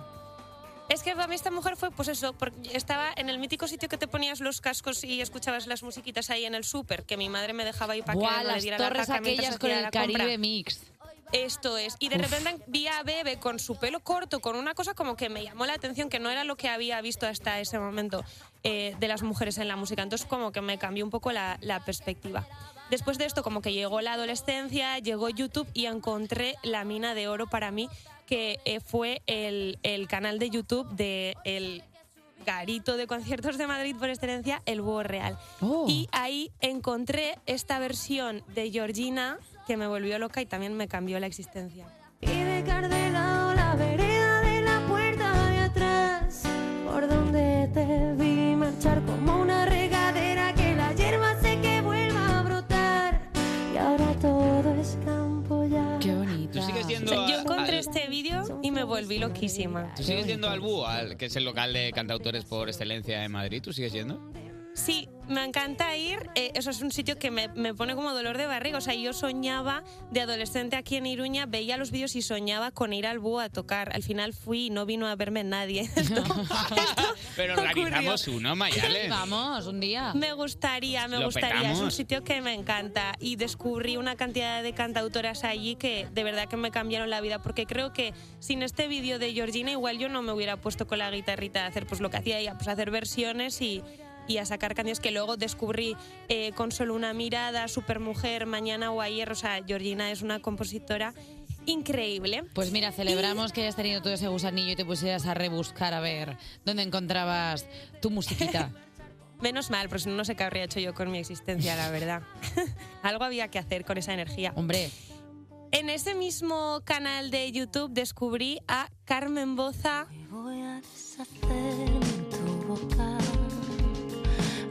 Es que para mí esta mujer fue, pues eso, porque estaba en el mítico sitio que te ponías los cascos y escuchabas las musiquitas ahí en el súper, que mi madre me dejaba ahí para Buah, que no le las diera la torres caca mientras aquellas con hacía el la compra. Caribe Mix. Esto es. Y de Uf. repente vi a Bebe con su pelo corto, con una cosa como que me llamó la atención, que no era lo que había visto hasta ese momento eh, de las mujeres en la música. Entonces como que me cambió un poco la, la perspectiva. Después de esto como que llegó la adolescencia, llegó YouTube y encontré la mina de oro para mí, que eh, fue el, el canal de YouTube de el garito de conciertos de Madrid por excelencia, el Búho Real. Y ahí encontré esta versión de Georgina que me volvió loca y también me cambió la existencia. Y dejar de lado la vereda de la puerta de atrás, por donde te vi marchar como una regadera que la hierba se que vuelva a brotar. Y ahora todo es campo ya. Qué bonito. Tú sigues yendo yo a- encontré al- este vídeo y me volví loquísima. ¿Tú sigues yendo al BU, al- que es el local de cantautores por excelencia de Madrid? ¿Tú sigues yendo? Sí, me encanta ir. eh, eso es un sitio que me, me pone como dolor de barriga. O sea, yo soñaba de adolescente aquí en Iruña, veía los vídeos y soñaba con ir al búho a tocar. Al final fui y no vino a verme nadie. Pero organizamos ocurrió. uno, Mayales. Vamos, un día. Me gustaría, me Lo gustaría. Es un petamos. sitio que me encanta. Y descubrí una cantidad de cantautoras allí que de verdad que me cambiaron la vida. Porque creo que sin este vídeo de Georgina, igual yo no me hubiera puesto con la guitarrita a hacer pues lo que hacía ella, pues a hacer versiones y. y a sacar canciones que luego descubrí eh, con solo una mirada, Supermujer, Mañana o Ayer. O sea, Georgina es una compositora increíble. Pues mira, celebramos que hayas tenido todo ese gusanillo y te pusieras a rebuscar a ver dónde encontrabas tu musiquita. Menos mal, porque si no, no sé qué habría hecho yo con mi existencia, la verdad. Algo había que hacer con esa energía. Hombre. En ese mismo canal de YouTube descubrí a Carmen Boza.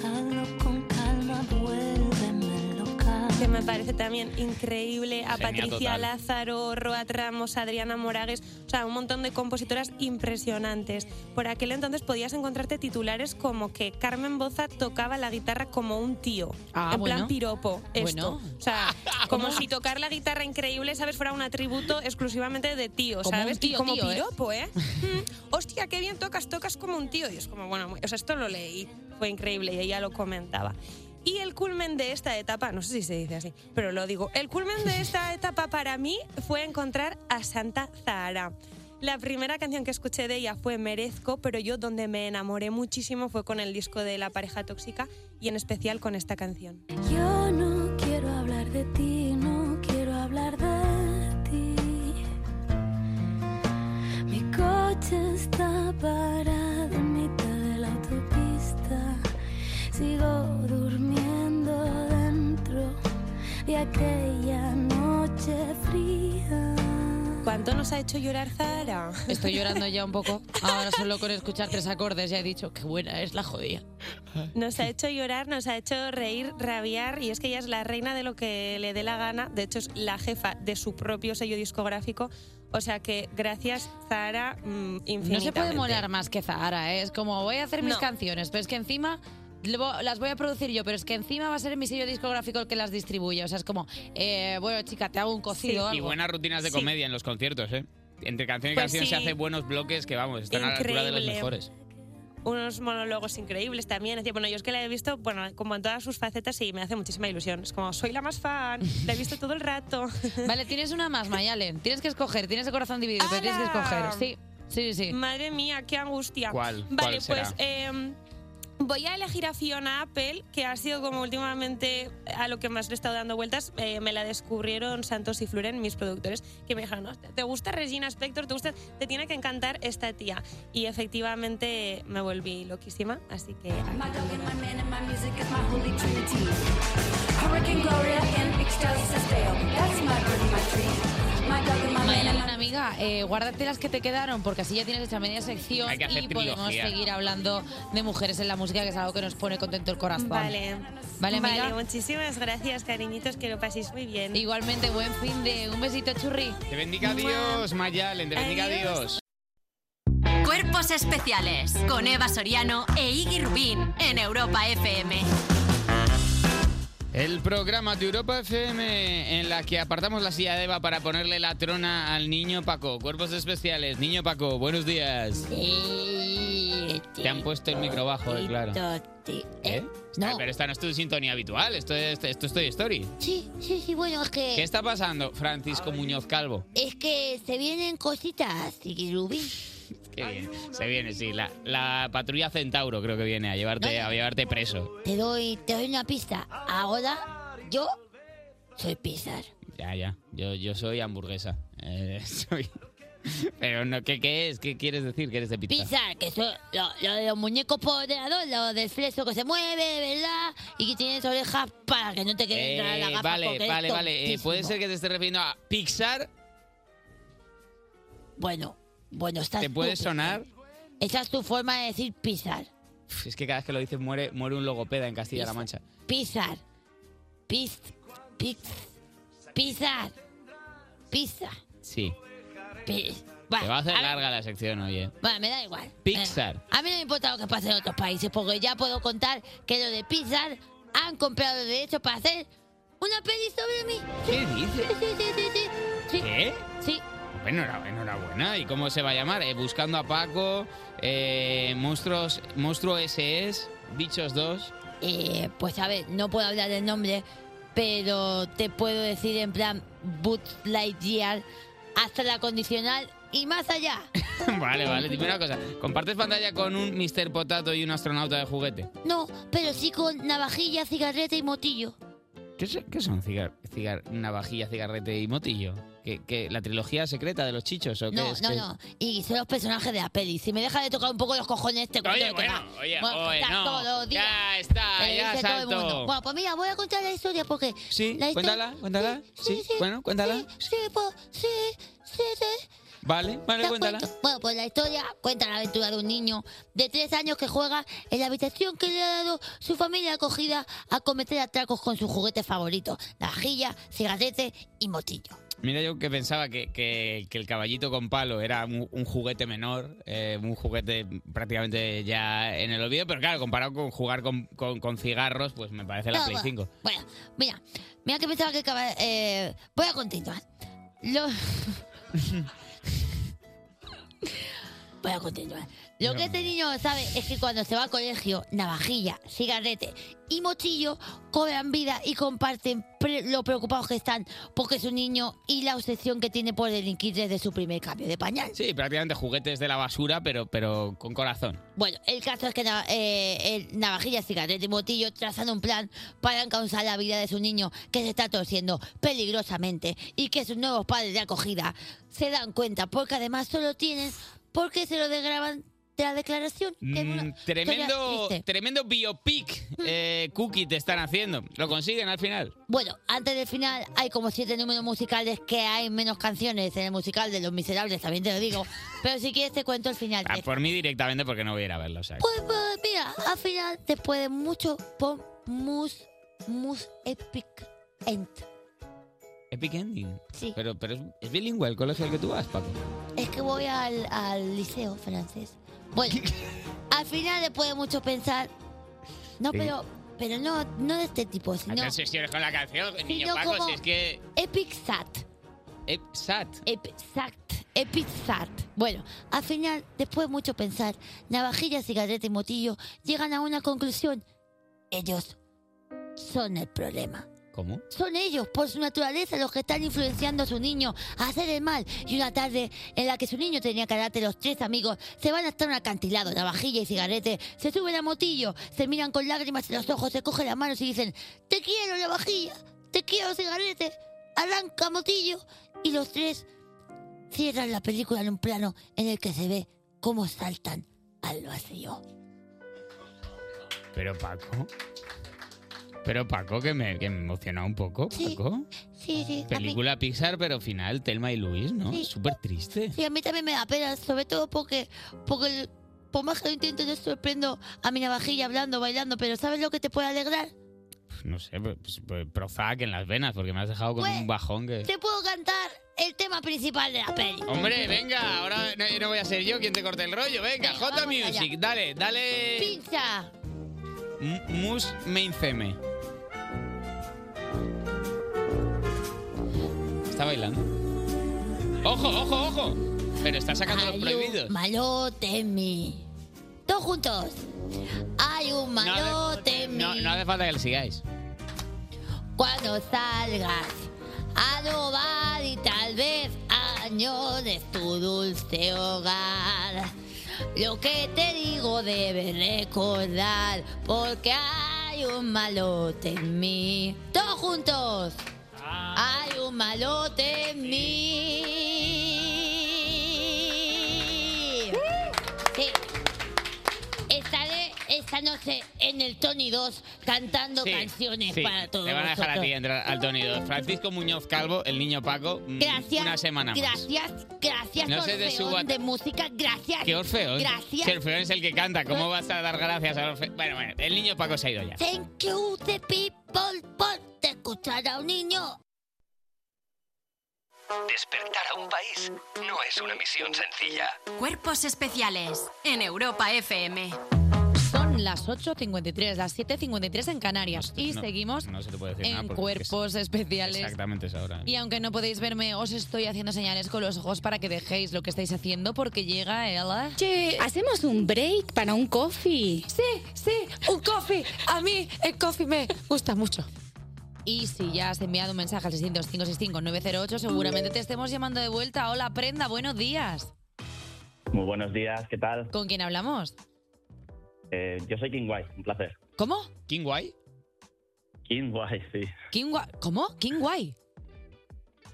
Hazlo con calma, vuélveme loca. que me parece también increíble, a Genia Patricia total. Lázaro, Roat Ramos, Adriana Moragues, o sea, un montón de compositoras impresionantes. Por aquel entonces podías encontrarte titulares como que Carmen Boza tocaba la guitarra como un tío, Ah, en bueno. plan piropo, esto. Bueno. O sea, como ¿Cómo? si tocar la guitarra increíble, ¿sabes? Fuera un atributo exclusivamente de tío, Como ¿sabes? un tío, como tío, ¿eh? piropo, ¿eh? Mm, Hostia, qué bien tocas, tocas como un tío. Y es como, bueno, o sea, esto lo leí, fue increíble y ella lo comentaba. Y el culmen de esta etapa, no sé si se dice así, pero lo digo, el culmen de esta etapa para mí fue encontrar a Santa Zahara. La primera canción que escuché de ella fue Merezco, pero yo donde me enamoré muchísimo fue con el disco de La pareja tóxica y en especial con esta canción. Yo no quiero hablar de ti, no quiero hablar de ti. Mi coche está parado en mitad de la autopista. Sigo durmiendo dentro de aquella noche fría. ¿Cuánto nos ha hecho llorar Zahara? Estoy llorando ya un poco. Ahora solo con escuchar tres acordes ya he dicho qué buena es la jodida. Nos ha hecho llorar, nos ha hecho reír, rabiar y es que ella es la reina de lo que le dé la gana. De hecho, es la jefa de su propio sello discográfico. O sea que gracias, Zara, mm, infinitamente. No se puede molar más que Zahara, ¿eh? es como voy a hacer mis canciones, pero es que encima lo- las voy a producir yo, pero es que encima va a ser mi sello discográfico el que las distribuye. O sea, es como, eh, bueno, chica, te hago un cocido. o Y algo. buenas rutinas de Sí. comedia en los conciertos, ¿eh? Entre canción y Pues canción sí. se hacen buenos bloques que, vamos, están a la altura de los Increíble. mejores. Unos monólogos increíbles también. Es decir, Bueno, yo es que la he visto, bueno, como en todas sus facetas y me hace muchísima ilusión. Es como, soy la más fan, la he visto todo el rato. Vale, tienes una más, Mayalen. Tienes que escoger, tienes el corazón dividido, pero tienes que escoger. Sí, sí, sí. Madre mía, qué angustia. ¿Cuál? Vale, ¿Cuál será? pues eh, voy a elegir a Fiona Apple, que ha sido como últimamente a lo que más le he estado dando vueltas. Eh, me la descubrieron Santos y Fluren, mis productores, que me dijeron, "No, ¿te gusta Regina Spector? ¿Te gusta? Te tiene que encantar esta tía. Y efectivamente me volví loquísima, así que... My dog and my man and my music is my holy trinity. Hurricane Gloria and Excelsis Dale. That's my bird, my tree. My dog and my man and Mayalen, my amiga, eh, guárdate las que te quedaron porque así ya tienes hecha media sección Hay que hacer y podemos trilogía. seguir hablando de mujeres en la música, que es algo que nos pone contento el corazón. Vale. Vale, amiga. muchísimas gracias, cariñitos, que lo paséis muy bien. Igualmente, buen fin de... Un besito, churri. Te bendiga Dios, Mayalen, te bendiga Adiós. Dios. Cuerpos especiales con Eva Soriano e Iggy Rubín en Europa FM. El programa de Europa FM en la que apartamos la silla de Eva para ponerle la trona al niño Paco. Cuerpos especiales, niño Paco, buenos días. Te han puesto el micro bajo, eh, claro. ¿Eh? Ah, pero esta no es tu sintonía habitual, esto es, esto es Toy Story. Sí, sí, sí, bueno, es ¿Qué que, está pasando, Francisco Muñoz Calvo? es que se vienen cositas, y Rubín. Qué bien. Se viene, sí. La, la patrulla Centauro creo que viene a llevarte, a llevarte preso. Te doy, te doy una pista. Ahora yo soy Pizar. Ya, ya. Yo, yo soy hamburguesa. Eh, soy... Pero no, ¿qué, ¿qué es? ¿Qué quieres decir? ¿Que eres de pizza? Pizar, que son lo, lo de los muñecos por ordenador, lo del fleso que se mueve, ¿verdad? Y que tienes orejas para que no te quede entrar la Eh, gafa vale, porque eres vale, vale. Eh, tontísimo. puede ser que te esté refiriendo a Pixar. Bueno, bueno, estás ¿Te puede tú, sonar? Esa es tu forma de decir Pizar. Uf, Es que cada vez que lo dices muere, muere un logopeda en Castilla-La Mancha. Pizar. Piz, piz, pizar. Pizza. Sí. Pi- Se va a hacer larga la sección, oye. Bueno, me da igual. Pixar. A mí no me importa lo que pase en otros países, porque ya puedo contar que lo de Pixar han comprado derechos para hacer una peli sobre mí. ¿Qué dices? Sí, sí, sí, sí, sí. ¿Qué? Sí. Bueno, enhora- enhorabuena. ¿Y cómo se va a llamar? Eh, buscando a Paco, eh, Monstruos, Monstruo SS, Bichos 2. Eh, pues a ver, no puedo hablar del nombre, pero te puedo decir en plan Boots Lightyear hasta la condicional y más allá. vale, vale, dime una cosa. ¿Compartes pantalla con un Mr. Potato y un astronauta de juguete? No, pero sí con navajilla, cigarreta y motillo. ¿Qué, so- qué son? Cigar, cigar, navajilla, cigarrete y motillo. ¿Qué, qué, la trilogía secreta de los chichos o qué No, es? no, ¿Qué- no. Y son los personajes de la peli. Si me deja de tocar un poco los cojones, te cuento Oye, lo que bueno, más. oye, Bueno, oye, está no. todo, diga. Ya está, Me lo ya Eh, dice todo el salto. mundo. Bueno, pues mira, voy a contar la historia porque... Sí, la historia- cuéntala, cuéntala. Sí, bueno, cuéntala. Sí, pues, sí, sí, sí. Vale, vale, ¿Te cuéntala. cuento? Bueno, pues la historia cuenta la aventura de un niño de tres años que juega en la habitación que le ha dado su familia acogida a cometer atracos con sus juguetes favoritos, navajilla, cigarrete y motillo. Mira, yo que pensaba que, que- que el caballito con palo era un, un juguete menor, eh, un juguete prácticamente ya en el olvido, pero claro, comparado con jugar con, con- con cigarros, pues me parece la No, Play bueno, 5. Bueno, mira, mira que pensaba que acaba- eh, voy a continuar. Lo- voy a continuar. Lo que este niño sabe es que cuando se va al colegio, navajilla, cigarrete y mochillo cobran vida y comparten pre- lo preocupados que están porque es un niño y la obsesión que tiene por delinquir desde su primer cambio de pañal. Sí, prácticamente juguetes de la basura, pero, pero con corazón. Bueno, el caso es que na- eh, el Navajilla, Cigarrete y Motillo trazan un plan para encauzar la vida de su niño que se está torciendo peligrosamente y que sus nuevos padres de acogida se dan cuenta porque además solo tienen porque se lo desgraban de la declaración. que es una Mm, historia tremendo, triste. tremendo biopic Mm. eh, cookie te están haciendo. Lo consiguen al final. Bueno, antes del final hay como siete números musicales que hay menos canciones en el musical de Los Miserables, también te lo digo. Pero si quieres te cuento el final. Ah, por mí directamente porque no voy a ir a verlo. o sea. Pues, pues, mira, al final, después de mucho pom, mus, mus, epic end. Epic Ending. Sí. Pero, pero es, es bilingüe el colegio al que tú vas, Paco. Es que voy al, al liceo francés. Bueno, al final, después de mucho pensar. No, Sí. pero, pero no, no de este tipo, sino. No sesiones con la canción, niño no, Paco, como- si es que... Epic Sat. Eh, Sat. Exact. Epic Sat. Bueno, al final, después de mucho pensar, Navajilla, Cigarrete y Motillo llegan a una conclusión. Ellos son el problema. ¿Cómo? Son ellos, por su naturaleza, los que están influenciando a su niño a hacer el mal. Y una tarde en la que su niño tenía carácter, los tres amigos se van hasta un acantilado, navajilla y cigarrete, se suben a motillo, se miran con lágrimas en los ojos, se cogen las manos y dicen, te quiero navajilla, te quiero cigarrete, arranca motillo. Y los tres cierran la película en un plano en el que se ve cómo saltan al vacío. Pero Paco... Pero Paco, que me, que me emocionó un poco, Sí. Paco. Sí, sí, a mí, Película Pixar, pero final, Telma y Luis, ¿no? Sí. Súper triste. sí, a mí también me da pena, sobre todo porque, porque por más que lo intento, yo sorprendo a mi navajilla hablando, bailando, pero ¿sabes lo que te puede alegrar? Pf, No sé, pues, pues, Prozac en las venas, porque me has dejado Pues con un bajón que... Te puedo cantar el tema principal de la peli. Hombre, venga, ahora no, no voy a ser yo quien te corte el rollo. Venga, J Music, dale, dale. Pincha. M- Mus Mainceme. Está bailando. Ojo, ojo, ojo. Pero está sacando los prohibidos. Malote en mí. Todos juntos. Hay un hace- malote en mí. No, no hace falta que le sigáis. Cuando salgas a robar y tal vez añores tu dulce hogar. Lo que te digo debes recordar, porque hay un malote en mí. Todos juntos. Ah. Hay un malote en mí. Sí. Estaré esta noche en el Tony 2 cantando Sí, canciones sí, para todos. Te van a dejar a vosotros. ti entrar al Tony 2. Francisco Muñoz Calvo, el niño Paco. mm, Gracias. Una semana más. Gracias, gracias, No se Orfeón desuba- de música, gracias. Que Orfeón. Gracias. Si Orfeón es el que canta, ¿cómo vas a dar gracias a Orfeón? Bueno, bueno, el niño Paco se ha ido ya. Thank you, the people, por escuchar a un niño. Despertar a un país no es una misión sencilla. Cuerpos especiales en Europa FM. Son las 8.53, las 7.53 en Canarias. Y No, seguimos no se te puede decir nada en porque es- cuerpos especiales. Exactamente es ahora. Y aunque no podéis verme, os estoy haciendo señales con los ojos para que dejéis lo que estáis haciendo porque llega Ella. Che, ¿hacemos un break para un coffee? Sí, sí, un coffee. A mí el coffee me gusta mucho. Y si ya has enviado un mensaje al 600-565-908, seguramente te estemos llamando de vuelta. Hola, Prenda, buenos días. Muy buenos días, ¿qué tal? ¿Con quién hablamos? Eh, yo soy King Guay, un placer. ¿Cómo? ¿King Guay? King Guay, sí. ¿King Gua- ¿Cómo? ¿King Guay?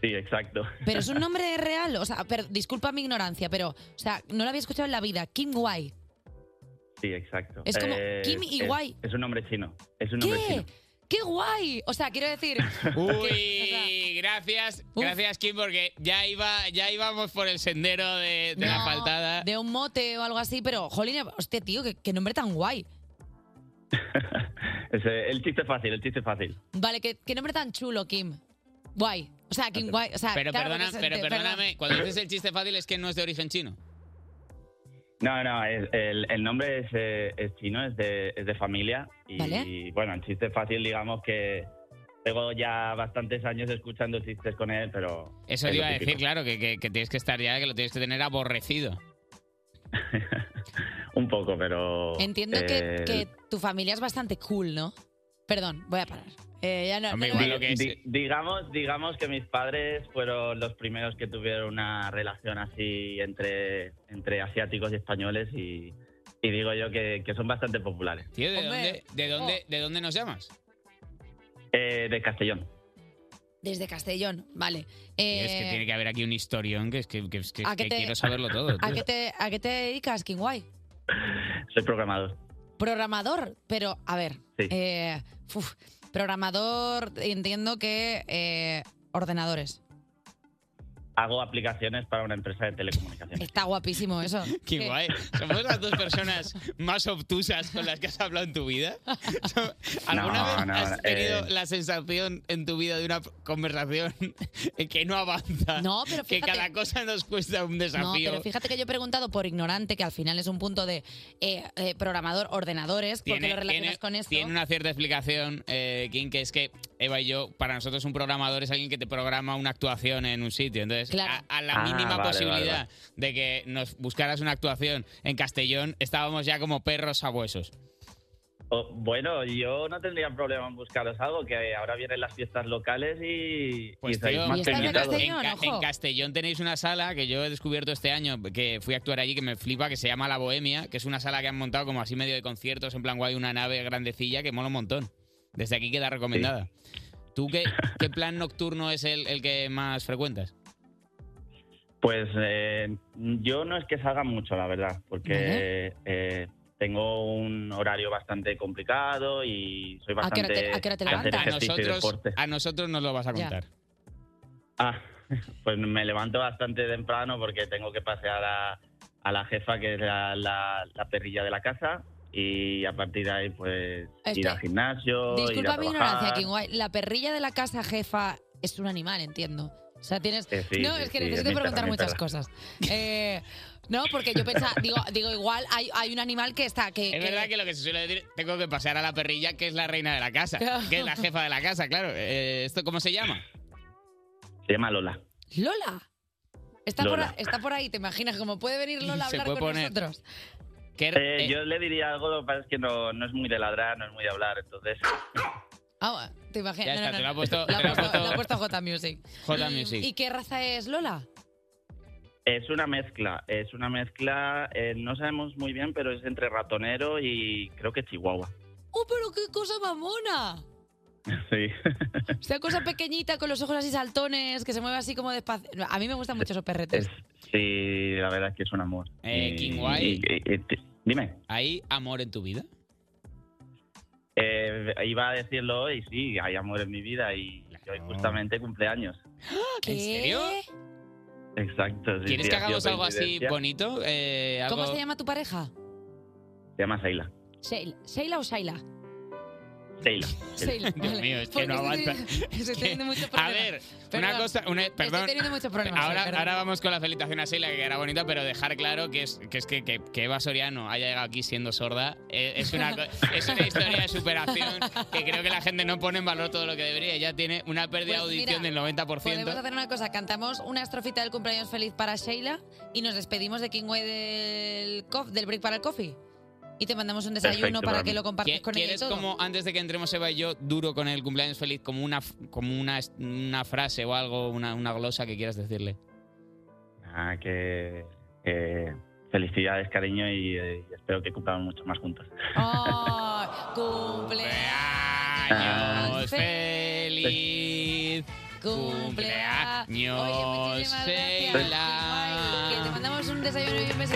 Sí, exacto. Pero es un nombre real. O sea, per- disculpa mi ignorancia, pero, o sea, no lo había escuchado en la vida. King Guay. Sí, exacto. Eh, Es como Kim y es- Guay. Es, un nombre chino. Es un nombre chino. ¡Qué guay! O sea, quiero decir. Uy, gracias, gracias Kim, porque ya iba, ya íbamos por el sendero de, de la No, faltada. De un mote o algo así, pero, jolín, hostia, tío, qué, qué nombre tan guay. Es, eh, el chiste fácil, el chiste fácil. Vale, qué, qué nombre tan chulo, Kim. Guay. O sea, Kim Guay. O sea, pero, claro, perdona- porque se- pero te- perdóname, perdón. cuando dices el chiste fácil es que no es de origen chino. No, no, es- el, el nombre es, eh, es chino, es de, es de familia. Y, bueno, el chiste fácil, digamos que tengo ya bastantes años escuchando chistes con él, pero. Eso es te lo iba a típico. decir, claro, que, que- que tienes que estar ya, que lo tienes que tener aborrecido. Un poco, pero. Entiendo que, eh, que tu familia es bastante cool, ¿no? Perdón, voy a parar. Eh, ya no, no- Di- di- digamos, digamos que mis padres fueron los primeros que tuvieron una relación así entre, entre asiáticos y españoles y, y digo yo que, que son bastante populares. Tío, ¿de dónde, de, dónde, ¿de dónde nos llamas? Eh, de Castellón. Desde Castellón, vale. Tío, es que Eh, tiene que haber aquí un historión que es que, que, es que- ¿a qué que te- quiero saberlo todo. ¿A tío. qué, te, ¿A qué te dedicas, King Guay? Soy programador. Programador, pero a ver. eh, uf, programador, entiendo que eh, ordenadores. Hago aplicaciones para una empresa de telecomunicaciones. Está guapísimo eso. Eh, Qué Que- guay. Somos las dos personas más obtusas con las que has hablado en tu vida. ¿Alguna No, vez no, has tenido eh. la sensación en tu vida de una conversación que no avanza? No, pero Que fíjate- cada cosa nos cuesta un No, desafío. pero fíjate que yo he preguntado por ignorante, que al final es un punto de eh, eh, programador, ordenadores, porque lo relacionas tiene- con esto. tiene una cierta explicación, eh, Kim, que es que Eva y yo, para nosotros un programador es alguien que te programa una actuación en un sitio. Entonces, Claro. a, a la Ah, mínima vale, posibilidad vale, de que nos buscaras una actuación en Castellón, estábamos ya como perros sabuesos. O- bueno, yo no tendría problema en buscaros algo, que ahora vienen las fiestas locales y, y Pues, estáis tío, más que invitados. en, Ca- en Castellón tenéis una sala que yo he descubierto este año, que fui a actuar allí, que me flipa, que se llama La Bohemia, que es una sala que han montado como así medio de conciertos, en plan guay, una nave grandecilla que mola un montón. Desde aquí queda recomendada. ¿Tú qué, qué plan nocturno es el, el que más frecuentas? Pues eh, yo no es que salga mucho, la verdad, porque eh, tengo un horario bastante complicado y soy ¿A qué bastante... hora te- a qué hora te de hacer levantas? A ejercicio y nosotros- deporte. A nosotros nos lo vas a Ya. contar. Ah, pues me levanto bastante temprano porque tengo que pasear a, a la jefa, que es la, la- la perrilla de la casa, y a partir de ahí pues ir Espera. al gimnasio, ir a Disculpa mi ignorancia, trabajar. King Guay. La perrilla de la casa jefa es un animal, entiendo. O sea, tienes. Eh, sí, no, sí, es que sí, es necesito mi perra, preguntar mi muchas perra. cosas. Eh, no, porque yo pensaba, digo, digo igual hay, hay un animal que está. Que, Es verdad que lo que se suele decir, tengo que pasear a la perrilla, que es la reina de la casa, que es la jefa de la casa, claro. Eh, ¿Esto cómo se llama? Se llama Lola. Lola. Está, por, Lola. a- está por ahí, ¿te imaginas? Como puede venir Lola a Se hablar puede con poner. nosotros. Eh, Yo le diría algo, lo que pasa es que no, no es muy de ladrar, no es muy de hablar, entonces... Ah, te imaginas. Ya No, está, no, te no, lo ha puesto- te no. Lo lo ha puesto- lo ha puesto J Music. J ¿Y- Music. ¿Y qué raza es Lola? Es una mezcla, es una mezcla, eh, no sabemos muy bien, pero es entre ratonero y creo que chihuahua. ¡Oh, pero qué cosa mamona! Sí. O sea, cosa pequeñita con los ojos así saltones, que se mueve así como despacio. A mí me gustan mucho esos perretes. Sí, la verdad es que es un amor. Eh, Y- Kinguai. y- y- y- t- dime. ¿Hay amor en tu vida? Eh, iba a decirlo hoy, sí, hay amor en mi vida y hoy justamente cumpleaños. ¿Ah, ¿En serio? Exacto. sí, ¿Quieres sí, que ha sido hagamos algo así coincidencia. bonito? Eh, ¿Cómo algo- se llama tu pareja? Se llama Seila. Sheila, Sheila o Shaila. Seila. Seila, Dios vale. mío, es que Porque no estoy avanza. teniendo- Estoy teniendo muchos A problemas. ver, Perdón. una cosa, una- perdón. teniendo muchos problemas, ahora, eh, perdón. ahora vamos con la felicitación a Sheila, que era bonita, pero dejar claro que es que, es que, que- que Eva Soriano haya llegado aquí siendo sorda eh, es, una, co- es una historia de superación que creo que la gente no pone en valor todo lo que debería. Ya tiene una pérdida de Pues audición mira, del 90%. Podemos hacer una cosa, cantamos una estrofita del cumpleaños feliz para Sheila y nos despedimos de Kingway del, cof- del Break para el Coffee. Y te mandamos un desayuno Perfecto, para para que mí. lo compartas ¿Qui- con ella y ¿Quieres todo. como antes de que entremos Eva y yo duro con el cumpleaños feliz como una f- como una, es- una frase o algo una, una glosa que quieras decirle? Ah, que, que felicidades, cariño, y, eh, y espero que cumplamos mucho más juntos. ¡Oh! ¡Cumpleaños Cumpleaños feliz! ¡Cumpleaños! Oye, Ah, muchísimas gracias, Que te mandamos un desayuno y un beso.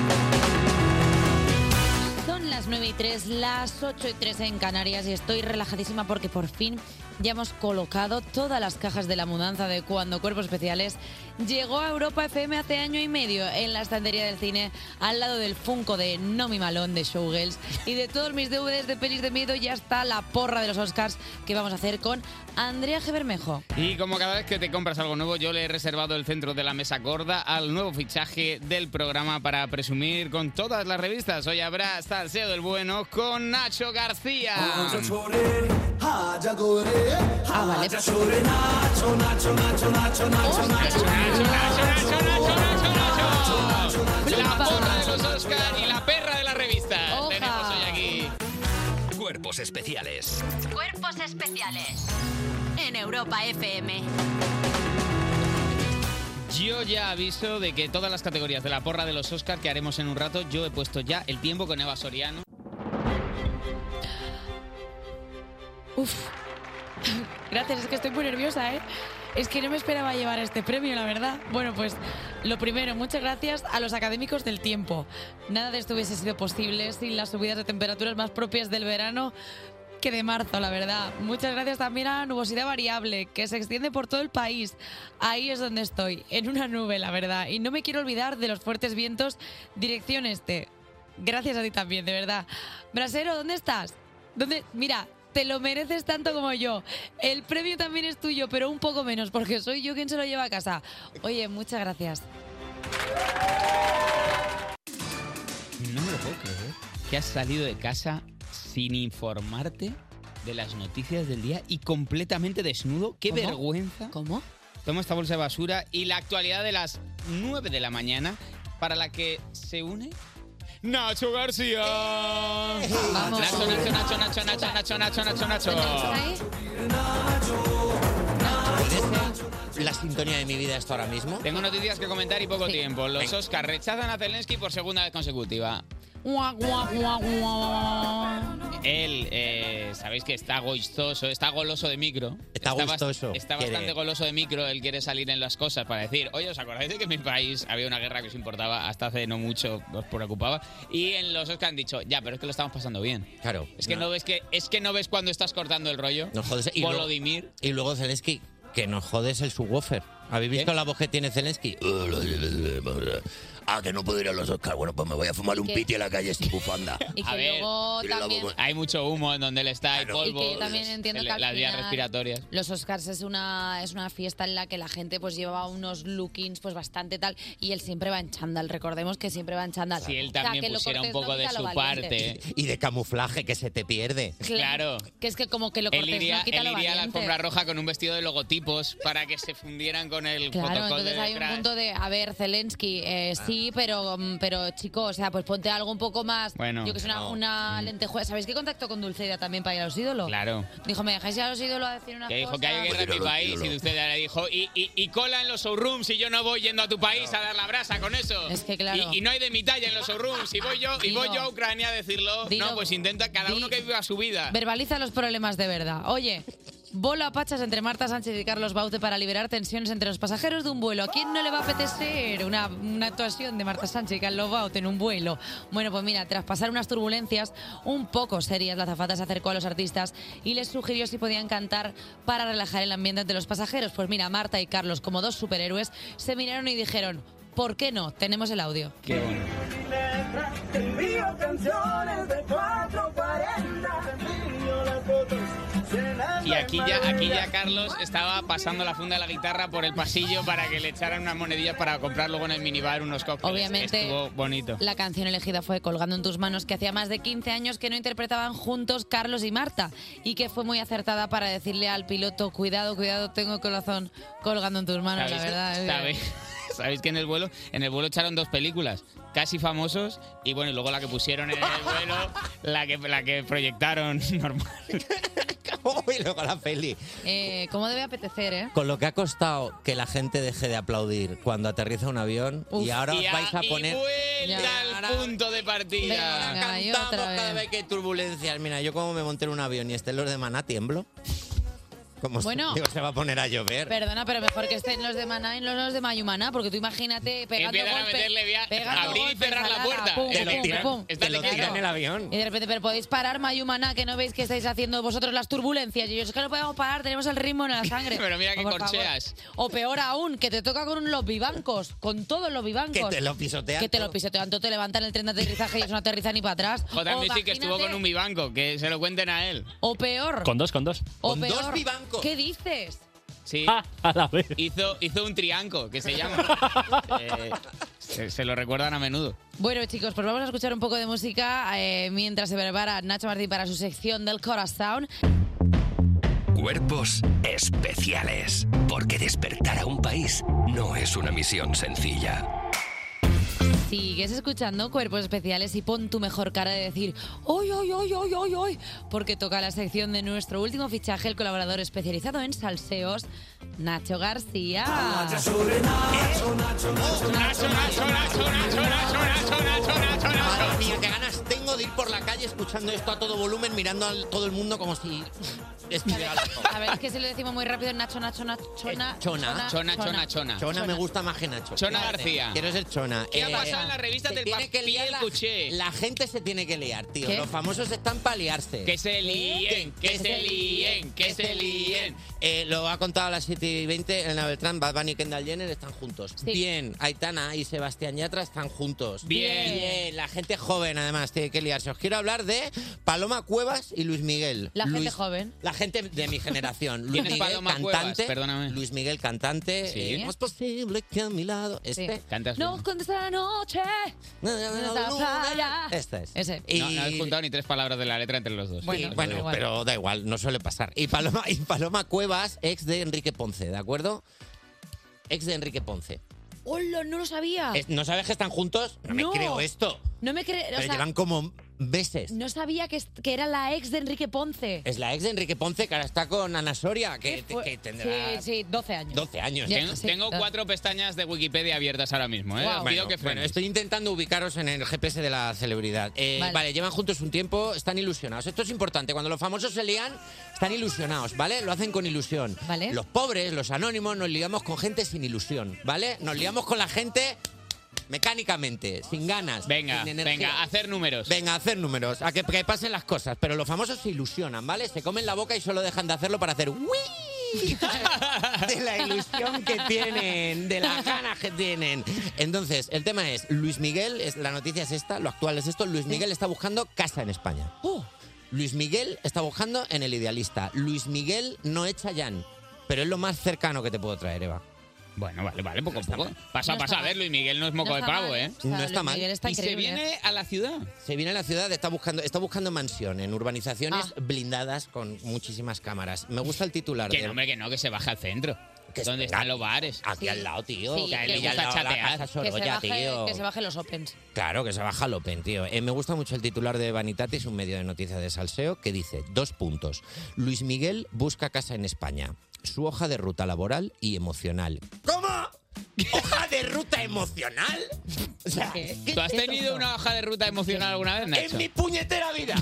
Son las 9 y 3, las 8 y 3 en Canarias y estoy relajadísima porque por fin ya hemos colocado todas las cajas de la mudanza de cuando Cuerpos Especiales llegó a Europa FM hace año y medio en la estantería del cine al lado del Funko de No Mi Malón de Showgirls y de todos mis DVDs de pelis de miedo ya está la porra de los Oscars que vamos a hacer con Andrea Gebermejo. Y como cada vez que te compras algo nuevo, yo le he reservado el centro de la mesa gorda al nuevo fichaje del programa para presumir con todas las revistas. Hoy habrá Salseo del Bueno con Nacho García. Ah, vale. Nacho, Nacho, Nacho, Nacho, Nacho, Nacho, Nacho, Nacho, Nacho, Nacho, Nacho, La porra de los Oscar y la perra de la revista. Tenemos hoy aquí. Cuerpos especiales. Cuerpos especiales en Europa FM. Yo ya aviso de que todas las categorías de la porra de los Oscar que haremos en un rato, yo he puesto ya el tiempo con Eva Soriano. Uf. Gracias, es que estoy muy nerviosa, ¿eh? Es que no me esperaba llevar este premio, la verdad. Bueno, pues lo primero, muchas gracias a los académicos del tiempo. Nada de esto hubiese sido posible sin las subidas de temperaturas más propias del verano que de marzo, la verdad. Muchas gracias también a la nubosidad variable, que se extiende por todo el país. Ahí es donde estoy, en una nube, la verdad. Y no me quiero olvidar de los fuertes vientos dirección este. Gracias a ti también, de verdad. Brasero, ¿dónde estás? ¿Dónde? Mira, te lo mereces tanto como yo. El premio también es tuyo, pero un poco menos, porque soy yo quien se lo lleva a casa. Oye, muchas gracias. No me lo puedo creer. Que has salido de casa sin informarte de las noticias del día y completamente desnudo. ¡Qué ¿Cómo? vergüenza! ¿Cómo? Toma esta bolsa de basura y la actualidad de las 9 de la mañana para la que se une Nacho García. Eh, Vamos. Nacho, Nacho, Nacho, Nacho, Nacho, Nacho, Nacho, Nacho, Nacho. La sintonía de mi vida está ahora mismo. Tengo noticias que comentar y poco Sí. tiempo. Los Venga. Oscars rechazan a Zelensky por segunda vez consecutiva. Guau, guau, guau, guau. Él, eh, sabéis que está goistoso, está goloso de micro. Está, bas- goistoso, Está quiere. bastante goloso de micro, él quiere salir en las cosas para decir, oye, ¿os acordáis de que en mi país había una guerra que os importaba hasta hace no mucho, os preocupaba? Y en los Oscar han dicho, ya, pero es que lo estamos pasando bien. Claro. Es que no, ves que es que no ves cuando estás cortando el rollo. Nos jodes. Y luego, Volodymyr. y luego Zelensky, que nos jodes el subwoofer. ¿Habéis visto la voz que tiene Zelensky? Ah, que no puedo ir a los Oscar. Bueno, pues me voy a fumar un ¿Qué? piti en la calle sin bufanda. Y que luego también, pues- hay mucho humo en donde él está, hay Y polvo, que yo también entiendo el- que al las vías final- respiratorias. los Oscars es una, es una fiesta en la que la gente pues lleva unos lookings pues bastante tal y él siempre va en chándal, recordemos que siempre va en chándal. Si él O sea, también que lo pusiera un cortés no poco de quita lo su valiente. Y de camuflaje que se te pierde. Claro. Que es que como que lo cortés Él iría, no quita él lo iría a la valiente. alfombra roja con un vestido de logotipos para que se fundieran con el Claro, fotocol de entonces hay un detrás. Ah. punto de, a ver, Zelensky, eh, sí, pero, mm, pero chico, o sea, pues ponte algo un poco más, Bueno, yo que sé, una, no. Mm. una lentejuela. ¿Sabéis que contacto con Dulceida también para ir a los ídolos? Claro. Dijo, ¿me dejáis ir a los ídolos a decir una Que dijo que hay guerra en mi país y usted ya le dijo, y, y- y cola en los showrooms y yo no voy yendo a tu país a dar la brasa con eso. Es que claro. Y, y no hay de mi talla en los showrooms. Y voy yo, y voy Dilo. yo a Ucrania a decirlo. Dilo. No, pues intenta cada uno que viva su vida. Verbaliza los problemas de verdad. Oye, Bola a pachas entre Marta Sánchez y Carlos Baute para liberar tensiones entre los pasajeros de un vuelo. ¿A quién no le va a apetecer una, una actuación de Marta Sánchez y Carlos Baute en un vuelo? Bueno, pues mira, tras pasar unas turbulencias un poco serias, la azafata se acercó a los artistas y les sugirió si podían cantar para relajar el ambiente entre los pasajeros. Pues mira, Marta y Carlos, como dos superhéroes, se miraron y dijeron, ¿por qué no? Tenemos el audio. Qué bueno. Te envío canciones de 440. Te envío las fotos llenas Y aquí de ya, aquí maravillas. ya Eh. Carlos estaba pasando la funda de la guitarra por el pasillo para que le echaran unas monedillas para comprar luego en el minibar unos cócteles. Obviamente, Estuvo bonito. La canción elegida fue Colgando en tus manos, que hacía más de 15 años que no interpretaban juntos Carlos y Marta, y que fue muy acertada para decirle al piloto, cuidado, cuidado, tengo el corazón colgando en tus manos, la verdad. eh. ¿sabéis, sabéis que en el vuelo, en el vuelo echaron dos películas, casi famosos, y bueno, y luego la que pusieron en el vuelo, la que, la que proyectaron normal. y luego la peli. Eh, ¿Cómo debe apetecer, eh? Con lo que ha costado que la gente deje de aplaudir cuando aterriza un avión Uf. y ahora Y os a- vais a y poner... Vuelta al punto de partida. Venga, y otra Cantamos cada vez. vez que hay turbulencias. Mira, yo como me monté en un avión y estén los de Maná, tiemblo. Como Bueno. se, digo, se va a poner a llover. Perdona, pero mejor que estén los de Maná y no los de Mayumana, porque tú imagínate pegando Empiezan a golpes, meterle via- pegando abrir y golpes, cerrar la alala, puerta. pum, Te lo pum, tiran- pum. te lo tiran en el avión. Y de repente, pero podéis parar, Mayumana, que no veis que estáis haciendo vosotros las turbulencias. Y yo, es que no podemos parar, tenemos el ritmo en la sangre. Pero mira que Por favor. corcheas. O peor aún, que te toca con los vivancos, con todos los vivancos. Que te lo pisotean Que te lo todo. pisotean, todo, te levantan el tren de aterrizaje y eso no aterriza ni para atrás. J. O Music que estuvo imagínate- con un bibanco, que se lo cuenten a él. O peor. Con dos, con dos. o peor. ¿Qué dices? Sí. Ah, a la vez. Hizo, hizo un trianco, que se llama. Eh, se, se lo recuerdan a menudo. Bueno, chicos, pues vamos a escuchar un poco de música eh, mientras se prepara Nacho Martín para su sección del Corazón. Cuerpos especiales. Porque despertar a un país no es una misión sencilla. Sigues escuchando Cuerpos Especiales y pon tu mejor cara de decir ¡Oy, oy, oy, oy, oy, oy! Porque toca la sección de nuestro último fichaje, el colaborador especializado en salseos, Nacho García. Madre mía, qué ganas tengo de ir por la calle escuchando esto a todo volumen, mirando a todo el mundo como si estuviera loco. A ver, es que si lo decimos muy rápido, Nacho, Nacho, Nacho, Chona. Eh, Chona. Chona, chona, chona. Chona me gusta más que Nacho. Chona Fíjate, García. Quiero ser Chona. ¿Qué ha Eh, pasado en las revistas se del tiene que papel liar la- cuché? La gente se tiene que liar, tío. ¿Qué? Los famosos están para liarse. Que se líen, ¿Eh? que se líen, que se líen. Eh, lo ha contado a las 7 y 20, Elena Beltrán, Bad Bunny y Kendall Jenner están juntos. Bien, Aitana y Sebastián Yatra están juntos. Bien. Bien, la gente joven además tiene que liarse. Os quiero hablar de Paloma Cuevas y Luis Miguel. La gente Luis- joven. La gente de mi generación. Luis ¿Quién es Miguel, Paloma Cuevas? cantante. Luis Miguel, cantante. Sí. eh, ¿Cómo es posible que a mi lado este? Cantas No escondes la noche. No, la playa. Esta es. Eh, Ese. Y- No, no habéis juntado ni tres palabras de la letra entre los dos. Bueno, pero da igual, no suele pasar. Y Paloma, y Paloma Cuevas, ex de Enrique Ponce, ¿de acuerdo? Ex de Enrique Ponce. ¡Hola! No lo sabía. Es- ¿No sabes que están juntos? No me No. creo esto. No me crees. Pero llevan como meses. No sabía que, es- que era la ex de Enrique Ponce. Es la ex de Enrique Ponce que ahora está con Ana Soria, que, Fue- que tendrá Sí, sí, 12 años. 12 años. ¿eh? Tengo, tengo cuatro pestañas de Wikipedia abiertas ahora mismo, ¿eh? Os Bueno, pido que bueno, frenéis. estoy intentando ubicaros en el GPS de la celebridad. Eh, Vale. vale. llevan juntos un tiempo, están ilusionados. Esto es importante. Cuando los famosos se lían, están ilusionados, ¿vale? Lo hacen con ilusión. Vale. Los pobres, los anónimos, nos liamos con gente sin ilusión, ¿vale? Nos liamos con la gente mecánicamente, sin ganas. Venga, sin energía. venga, hacer números. Venga, a hacer números, a que, que pasen las cosas. Pero los famosos se ilusionan, ¿vale? Se comen la boca y solo dejan de hacerlo para hacer ¡Wii! De la ilusión que tienen, de las ganas que tienen. Entonces, el tema es, Luis Miguel, es, la noticia es esta, lo actual es esto, Luis Miguel está buscando casa en España. Uh. Luis Miguel está buscando en El Idealista. Luis Miguel no echa Jan, pero es lo más cercano que te puedo traer, Eva. Bueno, vale, vale, poco a poco. Pasa, pasa. A ver, Luis Miguel no es moco No de está pavo, mal, ¿eh? ¿eh? O sea, No está Luis mal. Miguel está y se increíble, viene ¿eh? a la ciudad. Se viene a la ciudad, está buscando, está buscando mansión en urbanizaciones blindadas con muchísimas cámaras. Me gusta el titular. Que de- no, hombre, que no, que se baje al centro. ¿Dónde están los bares? Aquí al lado, tío. que a él le aquí al gusta lado la chatear. casa Sorolla, que, se baje, tío. que se baje los Opens. Claro, que se baja al Open, tío. Eh, me gusta mucho el titular de Vanitatis, un medio de noticias de salseo, que dice, dos puntos. Luis Miguel busca casa en España. Su hoja de ruta laboral y emocional. ¿Cómo? hoja de ruta emocional. O sea, ¿qué ¿Tú has es tenido eso? una hoja de ruta emocional alguna vez, Nacho? En mi puñetera vida.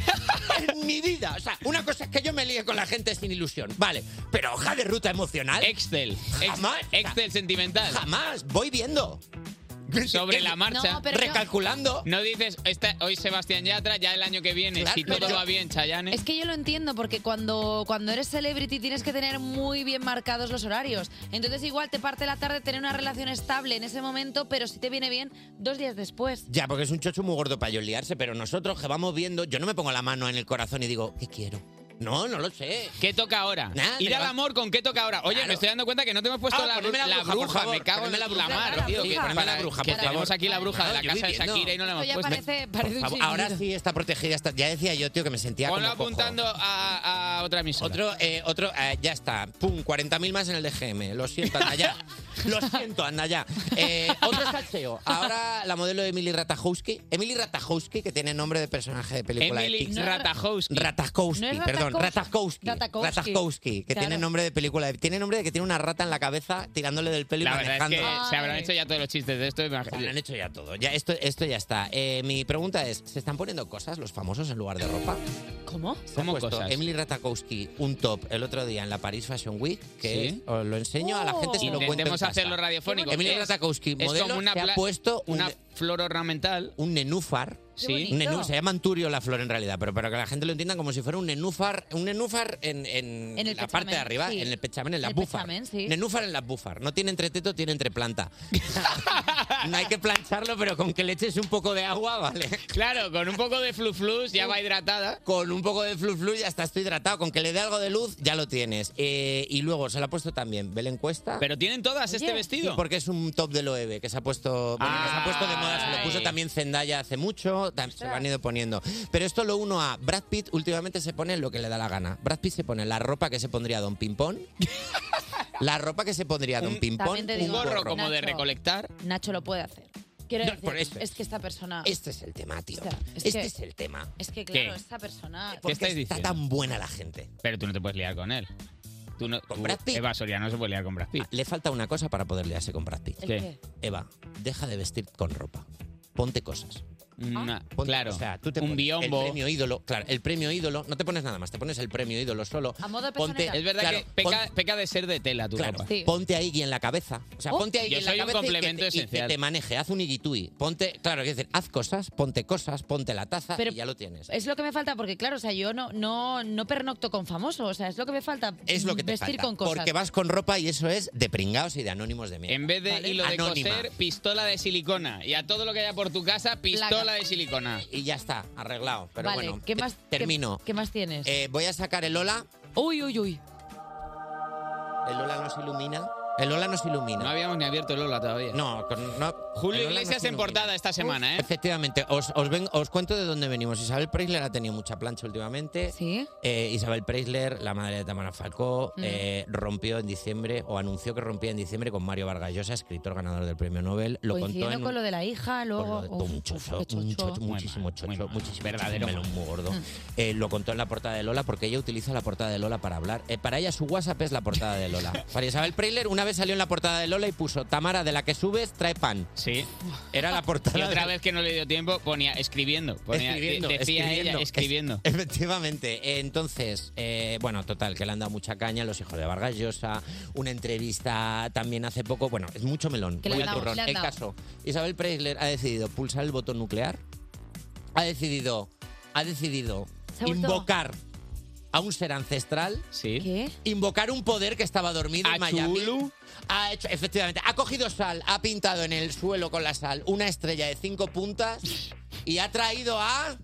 En mi vida. O sea, una cosa es que yo me líe con la gente sin ilusión. Vale. Pero hoja de ruta emocional. Excel. Ex- Jamás. Excel sentimental. Jamás. Voy viendo. Sobre la marcha. No, pero yo- Recalculando. No dices, "Esta- hoy Sebastián Yatra, ya el año que viene, Claro, si todo pero- va bien, Chayanne. Es que yo lo entiendo porque cuando, cuando eres celebrity tienes que tener muy bien marcados los horarios. Entonces igual te parte la tarde tener una relación estable en ese momento, pero si te viene bien dos días después. Ya, porque es un chocho muy gordo para yo liarse, pero nosotros que vamos viendo, yo no me pongo la mano en el corazón y digo, ¿qué quiero? No, no lo sé. ¿Qué toca ahora? Nada, Ir pero- al amor con qué toca ahora. Oye, Claro. me estoy dando cuenta que no te hemos puesto Ah, la, bru- poneme la bruja, por favor, me cago en poneme la la bruja, mar, tío. tío, que poneme la para- bruja, que por tenemos favor. aquí la bruja de la Claro, yo casa de voy viendo. Shakira y no la Esto hemos ya puesto. parece, parece Por un favor, chiringuito. ahora sí está protegida. está- ya decía yo, tío, que me sentía Ponlo como cojo. apuntando a, a otra emisora. Otro, eh, otro eh, ya está. Pum, 40.000 más en el DGM. Lo siento, anda ya. Lo siento, anda ya. Eh, otro salseo. Ahora la modelo Emily Ratajkowski. Emily Ratajkowski, que tiene nombre de personaje de película Emily de Pixar. Ratajkowski. Ratajkowski, No es perdón. Ratajkowski. Ratajkowski. Ratajkowski. Ratajkowski, que Claro. tiene nombre de película. de- tiene nombre de que tiene una rata en la cabeza tirándole del pelo y La verdad es manejando. que se habrán hecho ya todos los chistes de esto. Se habrán hecho ya todo. Ya, esto, esto ya está. Eh, mi pregunta es, ¿se están poniendo cosas los famosos en lugar de ropa? ¿Cómo? Se ha ¿Cómo puesto cosas? Emily Ratajkowski un top el otro día en la Paris Fashion Week que Sí. os lo enseño a la gente si lo cuento en Intentemos casa. hacerlo radiofónico. Emily Es- Ratajkowski, es modelo, como una se pla- ha puesto una un, flor ornamental, un nenúfar. Qué Sí. bonito. Un nenú- se llama anturio la flor en realidad, pero para que la gente lo entienda como si fuera un nenúfar, un nenúfar en, en En el la parte de pechamen, arriba, sí. en el pechamen, en la El búfar. pechamen, sí. Nenúfar en la búfar. No tiene entre teto, tiene entre planta. no hay que plancharlo, pero con que le eches un poco de agua, vale. Claro, con un poco de fluflus ya va hidratada. Con un poco de fluflu ya está, estoy hidratado. Con que le dé algo de luz, ya lo tienes. Eh, y luego se la ha puesto también Belén Cuesta. Pero tienen todas este vestido. Sí, porque es un top de Loewe que se ha puesto, bueno, que se ha puesto de moda. Se lo puso también Zendaya hace mucho, tam- se lo han ido poniendo. Pero esto lo uno a Brad Pitt últimamente se pone lo que le da la gana. Brad Pitt se pone la ropa que se pondría Don Pimpón. la ropa que se pondría Don Pimpón. También te digo, Nacho, recolectar. Nacho lo puede hacer. Quiero No, decir, por eso. es que esta persona... Este es el tema, tío. O sea, es este que- es el tema. Es que claro, ¿Qué? esta persona... ¿Qué estáis está diciendo? tan buena la gente. Pero tú no te puedes liar con él. Tú no, tú- Brad Pitt? Ah, Eva Soriano no se puede liar con Brad Pitt. Le falta una cosa para poder liarse con Brad Pitt. ¿El qué? Eva, deja de vestir con ropa. Ponte cosas. Una- Ponte- claro. o sea, tú te un pones biombo. El premio ídolo, claro, el premio ídolo, no te pones nada más, te pones el premio ídolo solo. A modo de ponte, es verdad claro, que peca, pon- peca de ser de tela tu claro, ropa. ponte a Iggy en la cabeza. O sea, Oh. ponte a Iggy Yo en la soy un cabeza y que complemento te- y, que, esencial. te maneje, haz un igitui. Ponte, claro, quiero decir, haz cosas, ponte cosas, ponte la taza Pero- eh, y ya lo tienes. Es lo que me falta porque, claro, o sea, yo no, no, no pernocto con famosos, o sea, es lo que me falta. Es lo que te Vestir falta, con cosas. porque vas con ropa y eso es de pringados y de anónimos de mierda. En vez de Vale. hilo de Anónima. coser, pistola de silicona. Y a todo lo que haya por tu casa, pistola Placa. de silicona. Y ya está, arreglado. Pero vale, bueno, ¿qué más, qué- termino. ¿qué, más tienes? Eh, voy a sacar el Ola. Uy, uy, uy. El Ola nos ilumina. El Ola nos ilumina. No habíamos ni abierto el Lola todavía. No, con- no- Julio el Ola nos Iglesias en ilumina. portada esta semana, ¿eh? Efectivamente, os, os, ven- os cuento de dónde venimos. Isabel Preisler ha tenido mucha plancha últimamente. Eh, Sí. Isabel Preisler, la madre de Tamara Falcó, Mm. eh, rompió en diciembre, o anunció que rompía en diciembre con Mario Vargas Llosa, escritor ganador del premio Nobel. Lo contó Coincidiendo en con lo de la hija, luego... uf, un chocho, qué chocho. un chocho, Muy Mm. muchísimo chocho, muchísimo verdadero chocho, un melón muy gordo. Eh, lo contó en la portada de Lola porque ella utiliza la portada de Lola para hablar. Eh, para ella su WhatsApp es la portada de Lola. Para Isabel Preiler una vez salió en la portada de Lola y puso Tamara de la que subes trae pan. Sí. Era la Y portada. otra de- vez que no le dio tiempo, ponía escribiendo. ponía- Escribiendo, de- decía escribiendo, ella, es- escribiendo. Efectivamente. Entonces, eh, bueno, total, que le han dado mucha caña a los hijos de Vargas Llosa. Una entrevista también hace poco. Bueno, es mucho melón. Que le muy han dado, turrón. le han El dado. caso, Isabel Preisler ha decidido pulsar el botón nuclear. Ha decidido, ha decidido Se ha vuelto- invocar a un ser ancestral. Sí. ¿Qué? Invocar un poder que estaba dormido en Miami. Ha hecho, efectivamente, ha cogido sal, ha pintado en el suelo con la sal una estrella de cinco puntas y ha traído a...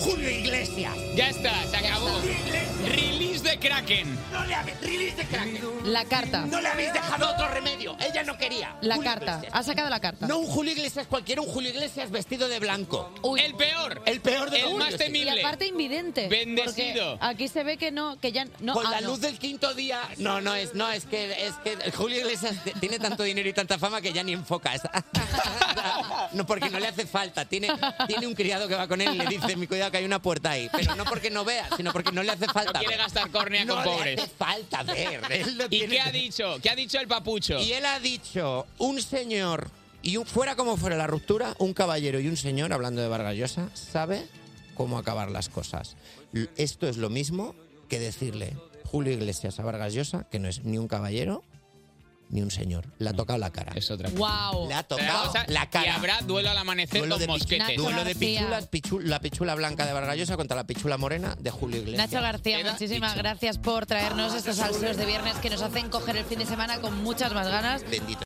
Julio Iglesias. Ya está, se acabó. Release de Kraken. No le habéis, release de Kraken. La carta. No le habéis dejado otro remedio. Ella no quería. La Julio carta. Iglesias. Ha sacado la carta. No un Julio Iglesias cualquiera, un Julio Iglesias vestido de blanco. El peor. El peor de El los más Julio temible. Y Iglesias. aparte invidente. Bendecido. porque Aquí se ve que no, que ya no. Con ah, la no. luz del quinto día. No, no es, no es que es que Julio Iglesias t- tiene tanto dinero y tanta fama que ya ni enfoca. Es- No, porque no le hace falta. Tiene, tiene un criado que va con él y le dice, mi cuidado que hay una puerta ahí. Pero no porque no vea, sino porque no le hace falta. No quiere ver. gastar córnea No con le pobres. hace falta ver. Él no ¿Y tiene- qué ha dicho? ¿Qué ha dicho el papucho? Y él ha dicho, un señor, y un- fuera como fuera la ruptura, un caballero y un señor, hablando de Vargas Llosa, sabe cómo acabar las cosas. L- Esto es lo mismo que decirle Julio Iglesias a Vargas Llosa, que no es ni un caballero ni un señor. Le ha tocado la cara. Es otra Wow. Le ha Otra tocado cosa, la cara. Y habrá duelo al amanecer Duelo con de, pichu- mosquetes. duelo de pichulas, pichu- la pichula blanca de Vargas Llosa contra la pichula morena de Julio Iglesias. Nacho García, muchísimas gracias por traernos estos salseos de viernes que nos hacen coger el fin de semana con muchas más ganas. Bendito.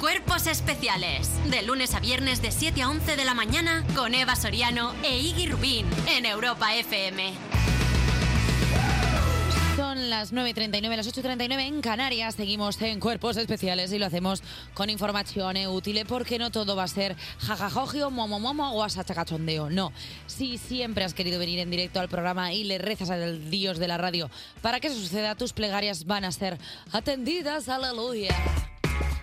Cuerpos especiales. De lunes a viernes de 7 a 11 de la mañana con Eva Soriano e Iggy Rubín en Europa FM. Son las 9.39, las 8.39 en Canarias. Seguimos en Cuerpos Especiales y lo hacemos con información eh, útil porque no todo va a ser jajajogio, momomomo o asachacachondeo. No, si siempre has querido venir en directo al programa y le rezas al dios de la radio para que eso suceda, tus plegarias van a ser atendidas. Aleluya.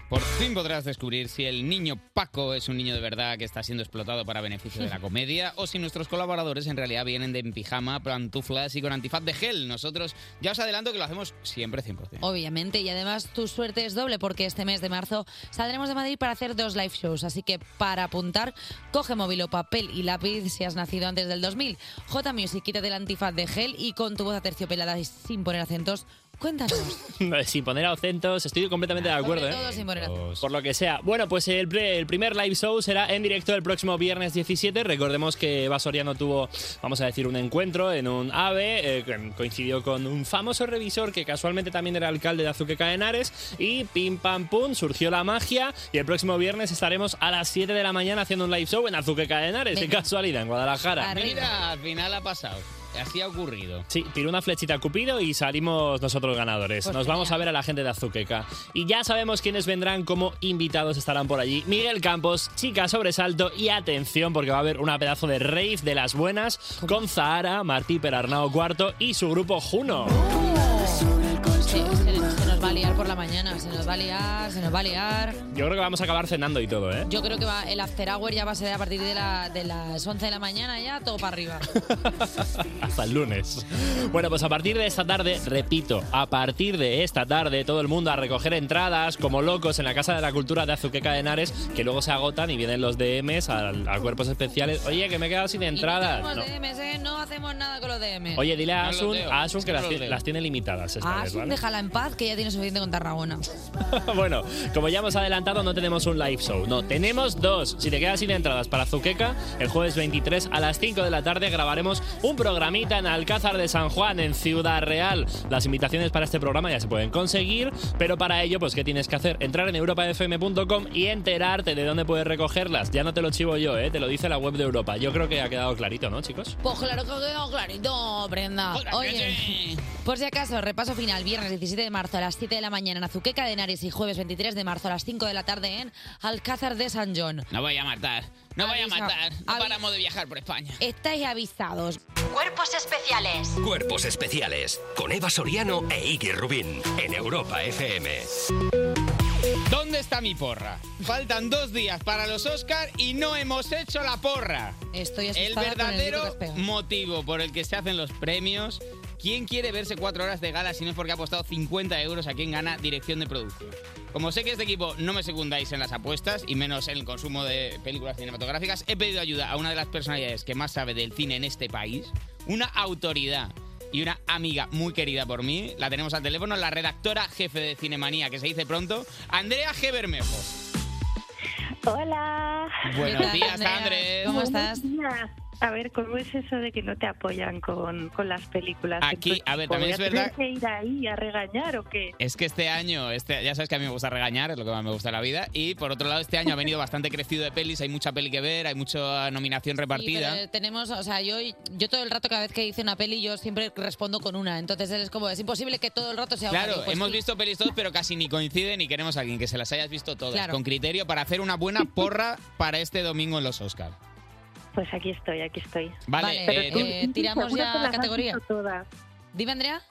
Por fin podrás descubrir si el niño Paco es un niño de verdad que está siendo explotado para beneficio de la comedia o si nuestros colaboradores en realidad vienen de en pijama, pantuflas y con antifaz de gel. Nosotros ya os adelanto que lo hacemos siempre 100%. Obviamente, y además tu suerte es doble porque este mes de marzo saldremos de Madrid para hacer dos live shows. Así que para apuntar, coge móvil o papel y lápiz si has nacido antes del 2000. J Music, quítate el antifaz de gel y con tu voz aterciopelada y sin poner acentos, cuéntanos. sin poner acentos, estoy completamente de acuerdo. Sobre todo ¿eh? sin poner acentos. Por lo que sea. Bueno, pues el, pre- el primer live show será en directo el próximo viernes 17. Recordemos que Eva Soriano tuvo, vamos a decir, un encuentro en un AVE. eh, que coincidió con un famoso revisor que casualmente también era alcalde de Azuqueca de Henares. Y pim pam pum, surgió la magia. Y el próximo viernes estaremos a las 7 de la mañana haciendo un live show en Azuqueca de Henares. Qué casualidad, en Guadalajara. Mira, al final ha pasado. Así ha ocurrido. Sí, tiró una flechita a Cupido y salimos nosotros ganadores. Pues Nos genial. vamos a ver a la gente de Azuqueca. Y ya sabemos quiénes vendrán como invitados estarán por allí. Miguel Campos, Chica Sobresalto y atención porque va a haber una pedazo de rave de las buenas con Zahara, Martí Perarnao Cuarto y su grupo Juno. Se, se- se nos va a liar por la mañana, se nos va a liar, se nos va a liar. Yo creo que vamos a acabar cenando y todo, ¿eh? Yo creo que va, el after hour ya va a ser a partir de, la- de las 11 de la mañana, ya todo para arriba. Hasta el lunes. Bueno, pues a partir de esta tarde, repito, a partir de esta tarde, todo el mundo a recoger entradas como locos en la Casa de la Cultura de Azuqueca de Henares, que luego se agotan y vienen los DMs al- a, cuerpos especiales. Oye, que me he quedado sin entradas. Tenemos No. DMs, ¿eh? no hacemos nada con los DMs. Oye, dile a No los Asun, leo, a Asun es que que no Ah, las, los ti- leo. las tiene limitadas esta vez, Ah, Asun, ¿vale? déjala en paz, que ya tiene suficiente con Tarragona. bueno, como ya hemos adelantado, no tenemos un live show. No, tenemos dos. Si te quedas sin entradas para Zuqueca, el jueves 23 a las 5 de la tarde grabaremos un programita en Alcázar de San Juan, en Ciudad Real. Las invitaciones para este programa ya se pueden conseguir, pero para ello, pues, ¿qué tienes que hacer? Entrar en europafm.com y enterarte de dónde puedes recogerlas. Ya no te lo chivo yo, ¿eh? Te lo dice la web de Europa. Yo creo que ha quedado clarito, ¿no, chicos? Pues claro que quedó clarito, Brenda. Oye, por si acaso, repaso final, viernes 17 de marzo a las 7 de la mañana en Azuqueca de Henares y jueves 23 de marzo a las 5 de la tarde en Alcázar de San John. No voy a matar. No voy a Avisa. matar. No Avisa. paramos de viajar por España. Estáis avisados. Cuerpos especiales. Cuerpos especiales con Eva Soriano e Iggy Rubín en Europa FM. ¿Dónde está mi porra? Faltan dos días para los Oscar y no hemos hecho la porra. Estoy El asustada con el grito que verdadero has pegado. motivo por el que se hacen los premios. ¿Quién quiere verse cuatro horas de gala si no es porque ha apostado 50 euros a quien gana dirección de producción? Como sé que este equipo no me secundáis en las apuestas y menos en el consumo de películas cinematográficas, he pedido ayuda a una de las personalidades que más sabe del cine en este país, una autoridad y una amiga muy querida por mí. La tenemos al teléfono, la redactora jefe de Cinemanía, que se dice pronto, Andrea G. Bermejo. Hola. Buenos días, Andrés. ¿Cómo estás? A ver, ¿cómo es eso de que no te apoyan con, con las películas? Aquí, a ver, también es ¿Voy verdad- tener que ir ahí a regañar o qué? Es que este año, este, ya sabes que a mí me gusta regañar, es lo que más me gusta de la vida. Y por otro lado, este año ha venido bastante crecido de pelis, hay mucha peli que ver, hay mucha nominación Sí, repartida. pero tenemos, o sea, yo, yo todo el rato, cada vez que dice una peli, yo siempre respondo con una. Entonces él es como, es imposible que todo el rato sea una Claro, peli. Pues hemos sí. visto pelis todos, pero casi ni coinciden y queremos a alguien que se las hayas visto todas Claro. con criterio para hacer una buena porra para este domingo en los Oscars. Pues aquí estoy, aquí estoy. Vale, Vale, eh, pero tú- eh, tiramos Seguro ya que las has categoría. visto todas. Dime, Andrea.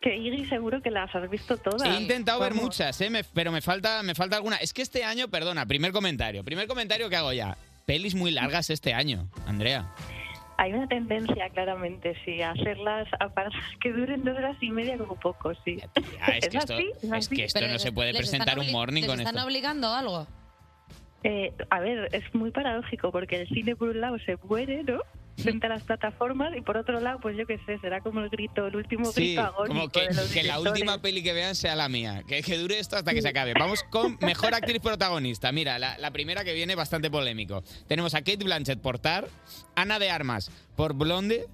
Que Iggy seguro que las has visto todas. He intentado ver Vamos. muchas, eh, me- pero me falta, me falta alguna. Es que este año, perdona, primer comentario. Primer comentario que hago ya. Pelis muy largas este año, Andrea. Hay una tendencia, claramente, sí, a hacerlas a para que duren dos horas y media como poco, sí. Ah, es, ¿Es que esto, así? ¿Es es que esto así? no se puede les están presentar un obli- morning les con están esto. obligando algo? Eh, a ver, es muy paradójico porque el cine por un lado se muere, ¿no? Frente a las plataformas y por otro lado, pues yo qué sé, será como el grito, el último Sí, grito agónico. como que, de los que la directores. última peli que vean sea la mía. Que, que dure esto hasta que se acabe. Vamos con mejor actriz protagonista. Mira, la, la primera que viene bastante polémico. Tenemos a Kate Blanchett por Tar, Ana de Armas por Blonde,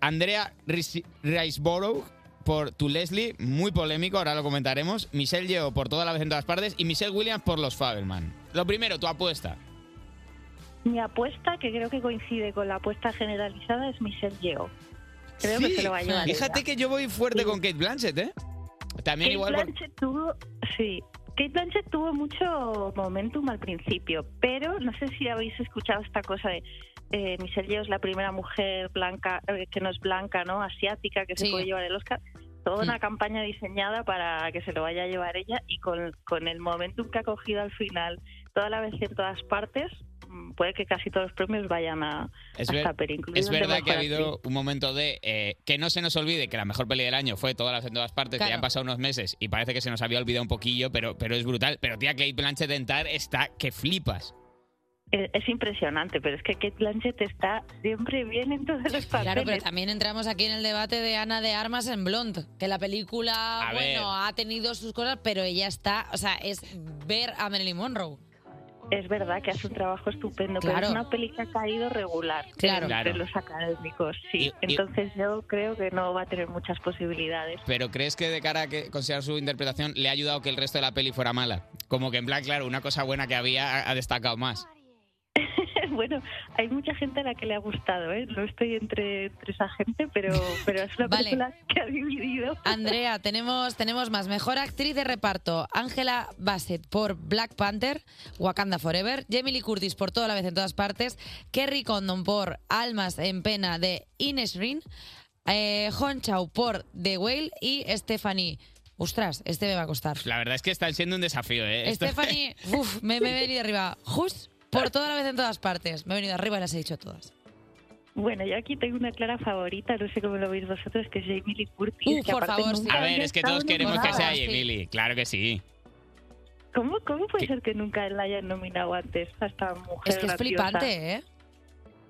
Andrea Risi- Riceborough por Tu Leslie, muy polémico, ahora lo comentaremos. Michelle Yeoh por Toda la vez en todas partes y Michelle Williams por Los Faberman. Lo primero, tu apuesta. Mi apuesta, que creo que coincide con la apuesta generalizada, es Michelle Yeoh. Creo que Sí, se lo va a llevar. Fíjate ella. que yo voy fuerte con Kate Blanchett, ¿eh? También Kate igual. por- Blanchett tuvo, sí, Kate Blanchett tuvo mucho momentum al principio, pero no sé si habéis escuchado esta cosa de eh, Michelle Yeoh es la primera mujer blanca eh, que no es blanca, ¿no? Asiática que Sí. se puede llevar el Oscar. Mm. Toda una campaña diseñada para que se lo vaya a llevar ella y con, con el momentum que ha cogido al final, toda la vez en todas partes, mm, puede que casi todos los premios vayan a, Es, a ver- esta peli, incluido es el de verdad que ha mejor habido un momento de eh, que no se nos olvide que la mejor peli del año fue todas las en todas partes, que ya Claro. han pasado unos meses y parece que se nos había olvidado un poquillo, pero, pero es brutal. Pero tía, Kate Blanchett dentar está que flipas. Eh, Es impresionante, pero es que Kate Blanchett está siempre bien en todos los papeles. Claro, pero también entramos aquí en el debate de Ana de Armas en Blond, que la película, A ver. bueno, ha tenido sus cosas, pero ella está, o sea, es ver a Marilyn Monroe. Es verdad que hace un trabajo estupendo, Claro. pero es una peli que ha caído regular Claro. entre Claro. los académicos, sí. Entonces yo creo que no va a tener muchas posibilidades. Pero ¿crees que de cara a que considerar su interpretación le ha ayudado que el resto de la peli fuera mala? Como que en plan, claro, una cosa buena que había ha- ha destacado más. bueno, hay mucha gente a la que le ha gustado, ¿eh? No estoy entre, entre esa gente, pero, pero es una película que ha dividido. Andrea, tenemos, tenemos más. Mejor actriz de reparto, Angela Bassett por Black Panther, Wakanda Forever, Jamie Lee Curtis por Toda la vez en todas partes, Kerry Condon por Almas en pena de Ines Rin, eh, Hon Chau por The Whale y Stephanie. Ostras, este me va a costar. La verdad es que está siendo un desafío, ¿eh? Esto- Stephanie, uf, me, me he venido arriba. Just por toda la vez en todas partes. Me he venido arriba y las he dicho todas. Bueno, yo aquí tengo una clara favorita, no sé cómo lo veis vosotros, que es Jamie Lee Curtis. Uh, que por aparte favor, nunca A ver, había es que estado todos queremos que sea nominada. Emily, claro que sí. ¿Cómo, cómo puede ser que nunca la hayan nominado antes a esta mujer? Es que es graciosa? flipante, ¿eh?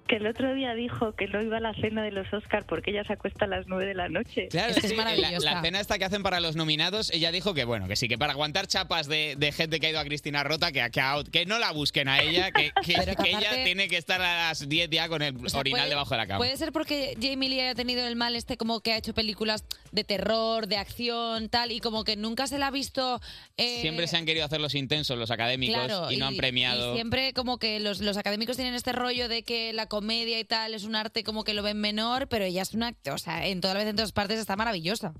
Que el otro día dijo que no iba a la cena de los Oscar porque ella se acuesta a las nueve de la noche. Claro, sí, en la, la cena esta que hacen para los nominados, ella dijo que bueno, que sí, que para aguantar chapas de, de gente que ha ido a Cristina Rota, que, que, out- que no la busquen a ella, que, que- Pero que que aparte- ella tiene que estar a las 10 ya con el orinal puede- debajo de la cama. Puede ser porque Jamie Lee haya tenido el mal este como que ha hecho películas de terror, de acción, tal, y como que nunca se la ha visto... eh, Siempre se han querido hacer los intensos, los académicos, claro, y no han premiado. y siempre como que los, los académicos tienen este rollo de que la comedia y tal es un arte como que lo ven menor, pero ella es una... O sea, en toda la vez en todas partes está maravillosa.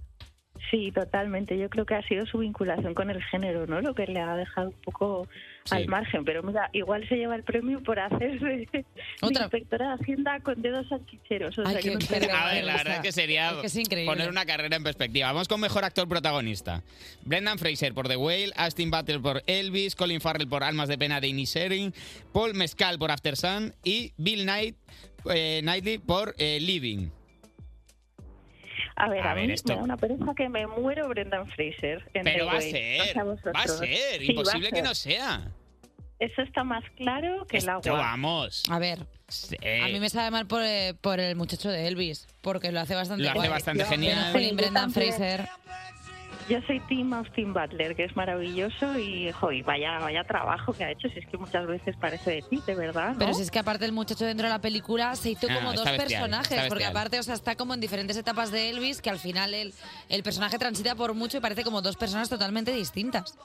Sí, totalmente. Yo creo que ha sido su vinculación con el género, ¿no? Lo que le ha dejado un poco al margen. Pero mira, igual se lleva el premio por hacer de, de inspectora de Hacienda con dedos salchicheros. O sea, que no sé. A ver, la verdad es que sería Es que es increíble. poner una carrera en perspectiva. Vamos con mejor actor protagonista. Brendan Fraser por The Whale, Astin Battle por Elvis, Colin Farrell por Almas de Pena de Inisherin, Paul Mescal por After Sun y Bill Knight, eh, Knightley por eh, Living. A ver, A a, ver, mí esto- me da una pereza que me muero Brendan Fraser. en Pero The va a Way. No ser, sé vosotros. va a ser, Sí, va a imposible que ser. Ah, no sea. Eso está más claro que el Esto, agua. vamos. A ver, Eh, a mí me sabe mal por, eh, por el muchacho de Elvis, porque lo hace bastante Lo hace guay. bastante Pero, genial. Sí, jolín, yo Brendan también. Fraser. Yo soy Tim Austin Butler, que es maravilloso y, joder, vaya, vaya trabajo que ha hecho. Si es que muchas veces parece de ti, de verdad, ¿no? Pero si es que aparte el muchacho dentro de la película se hizo Ah, como dos está bestial, personajes, está porque bestial. aparte, o sea, está como en diferentes etapas de Elvis, que al final el, el personaje transita por mucho y parece como dos personas totalmente distintas.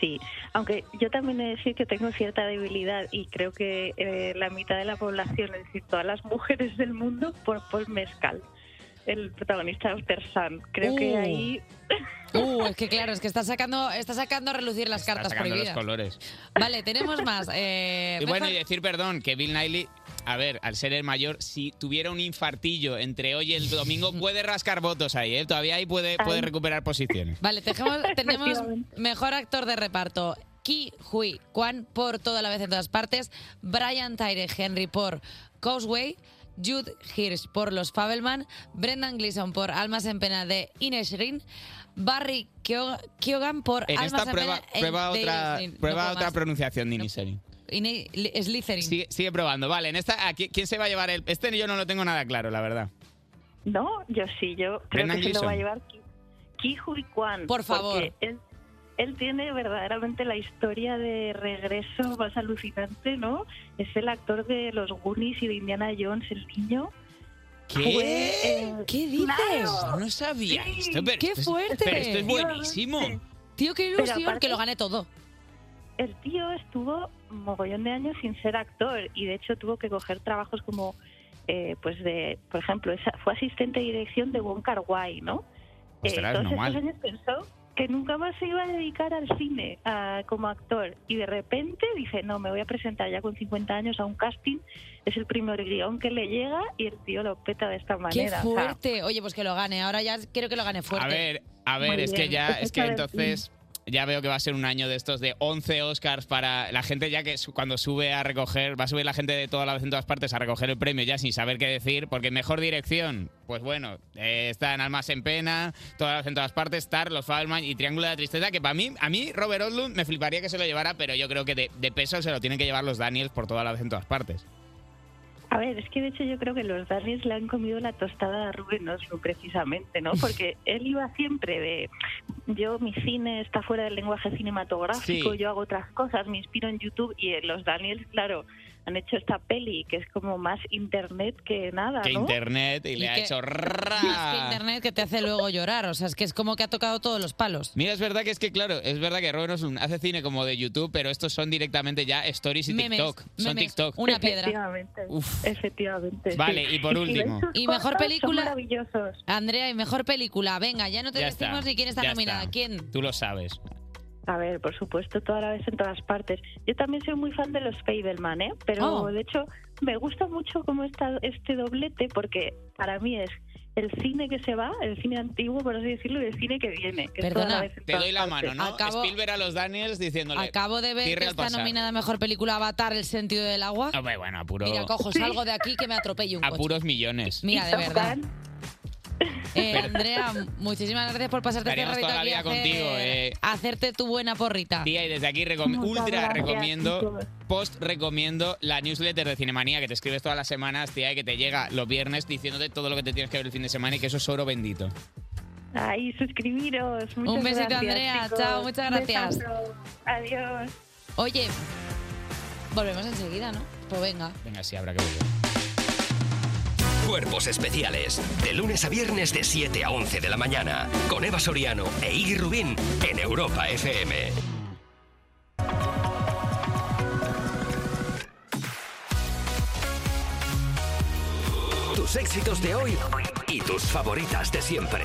Sí, aunque yo también he de decir que tengo cierta debilidad y creo que eh, la mitad de la población, es decir, todas las mujeres del mundo, por Paul Mescal, el protagonista de After Sun. Creo que Uh. ahí... Uh, es que claro, es que está sacando, está sacando a relucir las cartas sacando los prohibidas. colores. Vale, tenemos más. Eh, Y bueno, y mejor- decir perdón, que Bill Nighy a ver, al ser el mayor, si tuviera un infartillo entre hoy y el domingo, puede rascar votos ahí, ¿eh? Todavía ahí puede, puede recuperar posiciones. Vale, tejemos- tenemos mejor actor de reparto. Ki Hui Kwan por toda la vez en todas partes. Brian Tyre Henry por Causeway. Jude Hirsch por Los Fabelman. Brendan Gleeson por Almas en Pena de Ines Rin. Barry Keog- Keoghan por En Almas esta en prueba, Pena en- prueba de otra, Ines Rin. No prueba puedo otra más. pronunciación de Inisherin. Ine- Li- Slytherin. Sigue, sigue probando. Vale, en esta, ¿a qui- ¿quién se va a llevar el...? Este yo no lo tengo nada claro, la verdad. No, yo sí, yo creo Brendan que se lo va a Gleeson. llevar Ki- Ki Hui Kwan. Por favor. porque Él, él tiene verdaderamente la historia de regreso más alucinante, ¿no? Es el actor de los Goonies y de Indiana Jones, el niño. Fue, eh, ¿Qué dices? No lo sabía esto, pero ¡Qué esto es- fuerte! pero esto es buenísimo. Tío, qué Pero ilusión aparte- que lo gane todo. el tío estuvo mogollón de años sin ser actor y de hecho tuvo que coger trabajos como, eh, pues de, por ejemplo, esa- fue asistente de dirección de Wong Kar Wai, ¿no? Eh, Ostras, todos no estos mal. años pensó que nunca más se iba a dedicar al cine a- como actor y de repente dice, no, me voy a presentar ya con 50 años a un casting, es el primer guión que le llega y el tío lo peta de esta ¡Qué manera. o sea, fuerte! Oye, pues que lo gane. Ahora ya quiero que lo gane fuerte. A ver, a ver, Muy es que bien, ya, pues es que esta vez mm. entonces ya veo que va a ser un año de estos de 11 Oscars para la gente ya que su- cuando sube a recoger, va a subir la gente de toda la vez en todas partes a recoger el premio ya sin saber qué decir, porque mejor dirección, pues bueno, eh, está en Almas en Pena, toda la vez en todas partes, Star, Los Fabelman y Triángulo de la Tristeza, que para mí, a mí Robert Odlund me fliparía que se lo llevara, pero yo creo que de, de peso se lo tienen que llevar los Daniels por toda la vez en todas partes. A ver, es que de hecho yo creo que los Daniels le han comido la tostada a Rubén Oslo precisamente, ¿no? Porque él iba siempre de, yo mi cine está fuera del lenguaje cinematográfico, Sí. yo hago otras cosas, me inspiro en YouTube y eh, los Daniels, claro, han hecho esta peli que es como más internet que nada, Que ¿no? internet y, le ha que- hecho Es que ra. internet que te hace luego llorar. O sea, es que es como que ha tocado todos los palos. Mira, es verdad que es que, claro, es verdad que Robert Oslund hace cine como de YouTube, pero estos son directamente ya stories y Memes, TikTok. son memes, TikTok. una piedra. Efectivamente, efectivamente. Vale, y por último. Y mejor película. maravillosos. Andrea, y mejor película. Venga, ya no te Ya decimos está, ni quién está ya nominada. está. ¿Quién? Tú lo sabes. A ver, por supuesto, toda la vez en todas partes. Yo también soy muy fan de los Fableman, ¿eh? Pero Oh. de hecho me gusta mucho cómo está este doblete porque para mí es el cine que se va, el cine antiguo, por así decirlo, y el cine que viene. Que es toda la vez en Te todas doy la mano, partes. ¿no? Spielberg a los Daniels diciéndole. Acabo de ver "Cierre que al está pasar". Ah, nominada a mejor película Avatar, El sentido del agua. Hombre, bueno, a puro- Mira, cojo, salgo de aquí que me atropello un a coche. puros millones. Mira, de verdad. Eh, Pero- Andrea, muchísimas gracias por pasarte este Estaríamos ratito toda la aquí vida a contigo, eh. hacer- a hacerte tu buena porrita. Tía, y desde aquí recom- Muchas ultra gracias, recomiendo, chicos. post recomiendo la newsletter de Cinemanía que te escribes todas las semanas, tía, y que te llega los viernes diciéndote todo lo que te tienes que ver el fin de semana y que eso es oro bendito. Ahí, suscribiros. Muchas Un besito, gracias, Andrea. chicos. Chao, muchas gracias. Besazo. Adiós. Oye, volvemos enseguida, ¿no? Pues venga. Venga, sí, habrá que volver. Cuerpos especiales. De lunes a viernes de 7 a 11 de la mañana. Con Eva Soriano e Iggy Rubín en Europa FM. Tus éxitos de hoy y tus favoritas de siempre.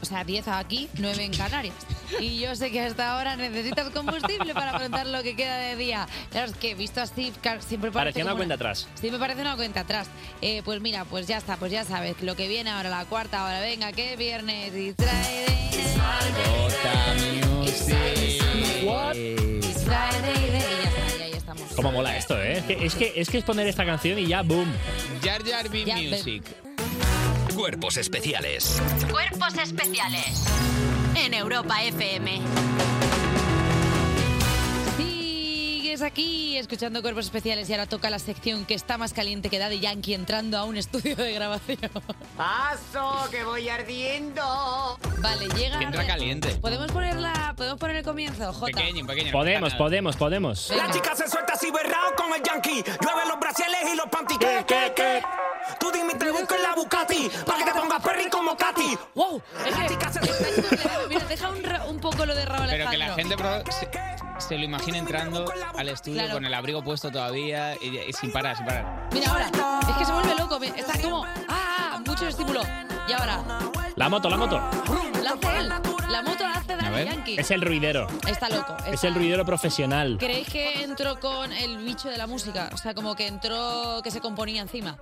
o sea, 10 aquí, 9 en Canarias. Y yo sé que hasta ahora necesitas combustible para afrontar lo que queda de día. Claro, es que visto así, claro, siempre parece. Parecía una como cuenta atrás. Sí, me parece una cuenta atrás. Eh, pues mira, pues ya está, pues ya sabes, lo que viene ahora, la cuarta hora, venga, que viernes, distrae. Friday Day, y ya está, ya, ya estamos. Cómo mola esto, ¿eh? Es que, es que es que es poner esta canción y ya, boom. Jar Jar Binks Ya, Music. Cuerpos especiales. Cuerpos especiales en Europa FM. Sigues aquí escuchando Cuerpos Especiales y ahora toca la sección que está más caliente que Daddy Yankee entrando a un estudio de grabación. ¡Paso, que voy ardiendo! Vale, llega... Que entra caliente. ¿Podemos ponerla, podemos poner el comienzo, Jota? Pequeño, pequeño. Podemos, podemos, podemos. La chica se suelta así berrao con el yankee. Llueve los brasiles y los panty. ¿Qué, qué, qué? Tú dime, te busco en la Bucati. Pa' que te pongas perri como Katy. ¡Wow! La chica se suelta. Mira, deja un, ra- un poco lo de Raúl Pero que la Alejandro. gente pro- se, se lo imagina entrando al estudio Claro. con el abrigo puesto todavía y, y sin parar, sin parar. Mira ahora, es que se vuelve loco, mira, está como, ah, mucho estímulo. Y ahora, La moto, la moto. la hace él, la moto la hace Daddy Yankee. Es el ruidero. Está loco. Es está- el ruidero profesional. ¿Creéis que entró con el bicho de la música? O sea, como que entró, que se componía encima.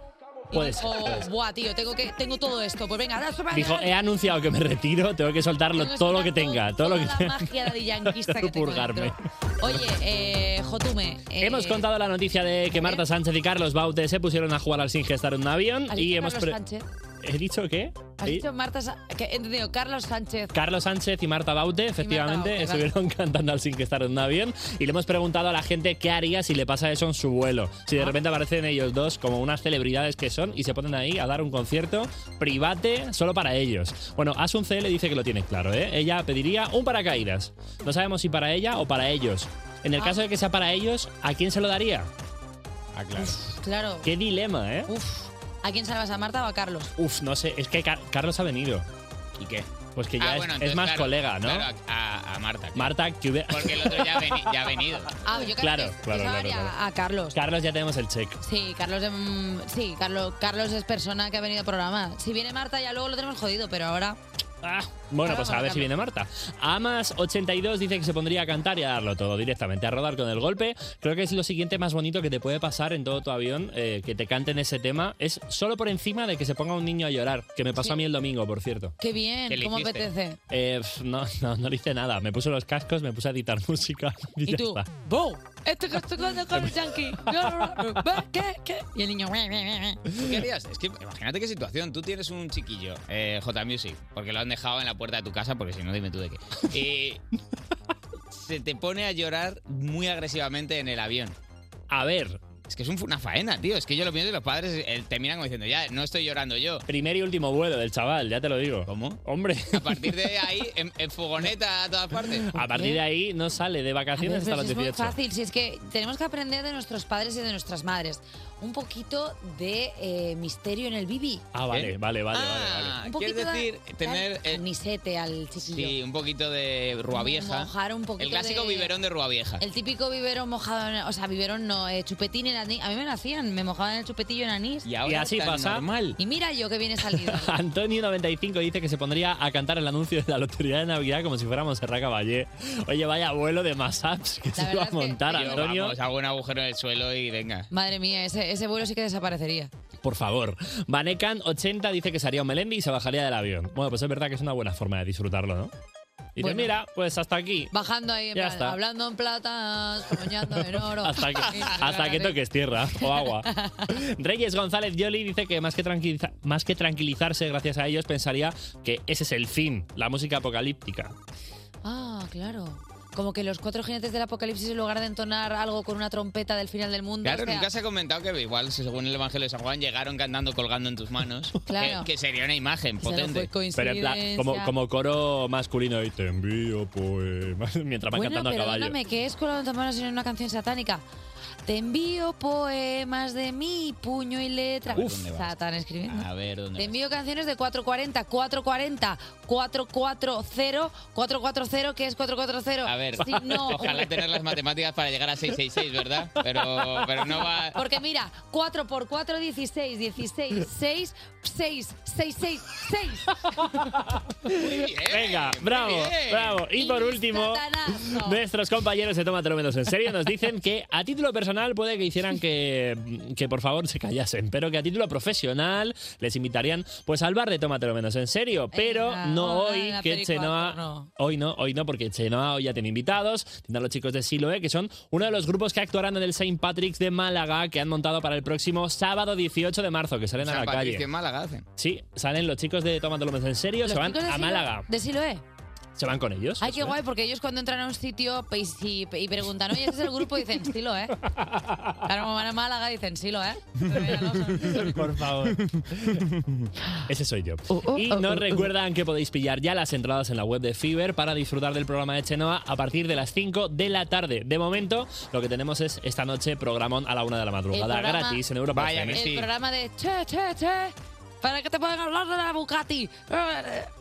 Y Puede ser, dijo, puede ser. buah, tío, tengo, que, tengo todo esto. Pues venga, ahora súper- Dijo, he anunciado que me retiro, tengo que soltarlo Tengo que todo lo que soltar tenga, todo lo que la tenga. magia Daddy Yankeeista que tengo Purgarme. dentro. Oye, eh, Jotume. eh, Hemos contado la noticia de que Marta Sánchez y Carlos Baute se pusieron a jugar al sin gestar un avión ¿Has y dicho hemos Carlos pre- Sánchez? ¿He dicho qué? Has Sí. dicho Marta Sa- que he entendido, Carlos Sánchez. Carlos Sánchez y Marta Baute, efectivamente, Baute, vale. estuvieron cantando al sin que estar en un avión y le hemos preguntado a la gente qué haría si le pasa eso en su vuelo. Si Ah. de repente aparecen ellos dos como unas celebridades que son y se ponen ahí a dar un concierto private solo para ellos. Bueno, Asun C le dice que lo tiene claro, ¿eh? Ella pediría un paracaídas. No sabemos si para ella o para ellos. En Ah. el caso de que sea para ellos, ¿a quién se lo daría? Ah, claro. Claro. Qué dilema, ¿eh? ¿A quién salvas, a Marta o a Carlos? Uf, no sé, es que Car- Carlos ha venido. ¿Y qué? Pues que ya Ah, es, bueno, es entonces, más claro, colega, ¿no? claro, a, a Marta. Marta, que hubiera... Porque el otro ya ha, veni- ya ha venido. Ah, yo creo Claro, que- que claro, salvaría claro, claro. a- a Carlos. Carlos ya tenemos el check. Sí, Carlos, em, sí, Carlos, Carlos es persona que ha venido al programa. Si viene Marta ya luego lo tenemos jodido, pero ahora Bueno, Ahora pues a vamos ver a si viene Marta. Amas82 dice que se pondría a cantar y a darlo todo directamente, a rodar con el golpe. Creo que es lo siguiente más bonito que te puede pasar en todo tu avión, eh, que te canten ese tema. Es solo por encima de que se ponga un niño a llorar, que me pasó Sí. a mí el domingo, por cierto. qué bien, cómo apetece. Eh, pf, no, no, no le hice nada. Me puse los cascos, me puse a editar música. ¿Y, ya tú? está. ¡Boom! Este que estoy con el yankee. ¿Qué? ¿Qué? Y el niño. ¿Tú ¿Qué harías? Es que imagínate qué situación. Tú tienes un chiquillo, eh, J Music, porque lo han dejado en la puerta de tu casa, porque si no, dime tú de qué. Eh, se te pone a llorar muy agresivamente en el avión. A ver. Es que es un- una faena, tío. Es que yo lo pienso y los padres eh, te miran como diciendo, ya, no estoy llorando yo. Primer y último vuelo del chaval, ya te lo digo. ¿Cómo? Hombre. A partir de ahí, en, en fogoneta a todas partes. A partir de ahí no sale de vacaciones Pero hasta los si pues es muy 18. fácil, si es que tenemos que aprender de nuestros padres y de nuestras madres un poquito de eh, misterio en el bibi. Ah, vale, vale, vale, vale, vale. ¿Quieres Un poquito de- Ah, decir tener Al misete, al chiquillo. sí, un poquito de ruabieja? Mojar un poquito El clásico de- biberón de ruabieja. El típico biberón mojado, en- o sea, biberón no, eh, chupetín en anís. A mí me lo hacían, me mojaban el chupetillo en anís. Y ahora Y así tan pasa. normal. Y mira yo que viene salido. Antonio95 dice que se pondría a cantar el anuncio de la Lotería de Navidad como si fuéramos Serra Caballé. Oye, vaya vuelo de Masaps que se va a montar, Yo, Antonio. Vamos, hago un agujero en el suelo y venga. Madre mía, ese, ese vuelo sí que desaparecería. Por favor. Vanecan80 dice que sería un Melendi y se bajaría del avión. Bueno, pues es verdad que es una buena forma de disfrutarlo, ¿no? Y Bueno. mira, pues hasta aquí. Bajando ahí, en Ya plan, está. hablando en plata, soñando en oro. Hasta que, hasta ¿eh? que toques tierra o agua. Reyes González Yoli dice que más que, tranquiliza- más que tranquilizarse gracias a ellos, pensaría que ese es el fin, la música apocalíptica. Ah, claro. Como que los cuatro jinetes del apocalipsis, en lugar de entonar algo con una trompeta del final del mundo. Claro, o sea, nunca se ha comentado que igual, si según el Evangelio de San Juan, llegaron cantando colgando en tus manos. Claro. Que, que sería una imagen Solo fue potente. Pero en plan, como, como coro masculino y te envío poemas mientras van Bueno, cantando a caballo. perdóname, que es colado en tus manos en una canción satánica. Te envío poemas de mi puño y letra. Uf. ¿Dónde vas? Satán escribiendo. A ver, ¿dónde Te envío canciones de 440, 440, 440, 440, ¿qué es 440? A ver, Si no, ojalá tener las matemáticas para llegar a 666, ¿verdad? Pero, pero no va... Porque mira, 4 por 4, 16, 16, 6, 6, 6, 6, 6. Venga, bravo, bien. bravo. Y por último, nuestros compañeros de Tómatelo Menos en Serio nos dicen que a título personal puede que hicieran que, que por favor se callasen, pero que a título profesional les invitarían pues al bar de Tómatelo Menos en Serio, pero Venga, no hola, hoy, la que Perico Chenoa... Altorno. Hoy no, hoy no, porque Chenoa hoy ya tiene invitados, tendrán los chicos de Siloe, que son uno de los grupos que actuarán en el Saint Patrick's de Málaga, que han montado para el próximo sábado 18 de marzo, que salen a San la Patricio calle. en Málaga hacen. Sí, salen los chicos de Tómatelo Menos en Serio, Los se van chicos de a Silo- Málaga. De Siloé. Se van con ellos. Ay, eso qué es. ¿eh? guay, porque ellos cuando entran a un sitio pe- y, si- y preguntan, oye, ¿este es el grupo? Dicen, estilo, ¿eh? Claro, como van a Málaga, dicen, estilo, ¿eh? Por favor. Ese soy yo. y oh, no oh, oh. recuerdan que podéis pillar ya las entradas en la web de Fiverr para disfrutar del programa de Chenoa a partir de las 5 de la tarde. De momento, lo que tenemos es esta noche programón a la 1 de la madrugada El programa- gratis en Europa. FM. El programa de che, che, che, para que te puedan hablar de la Bucati. De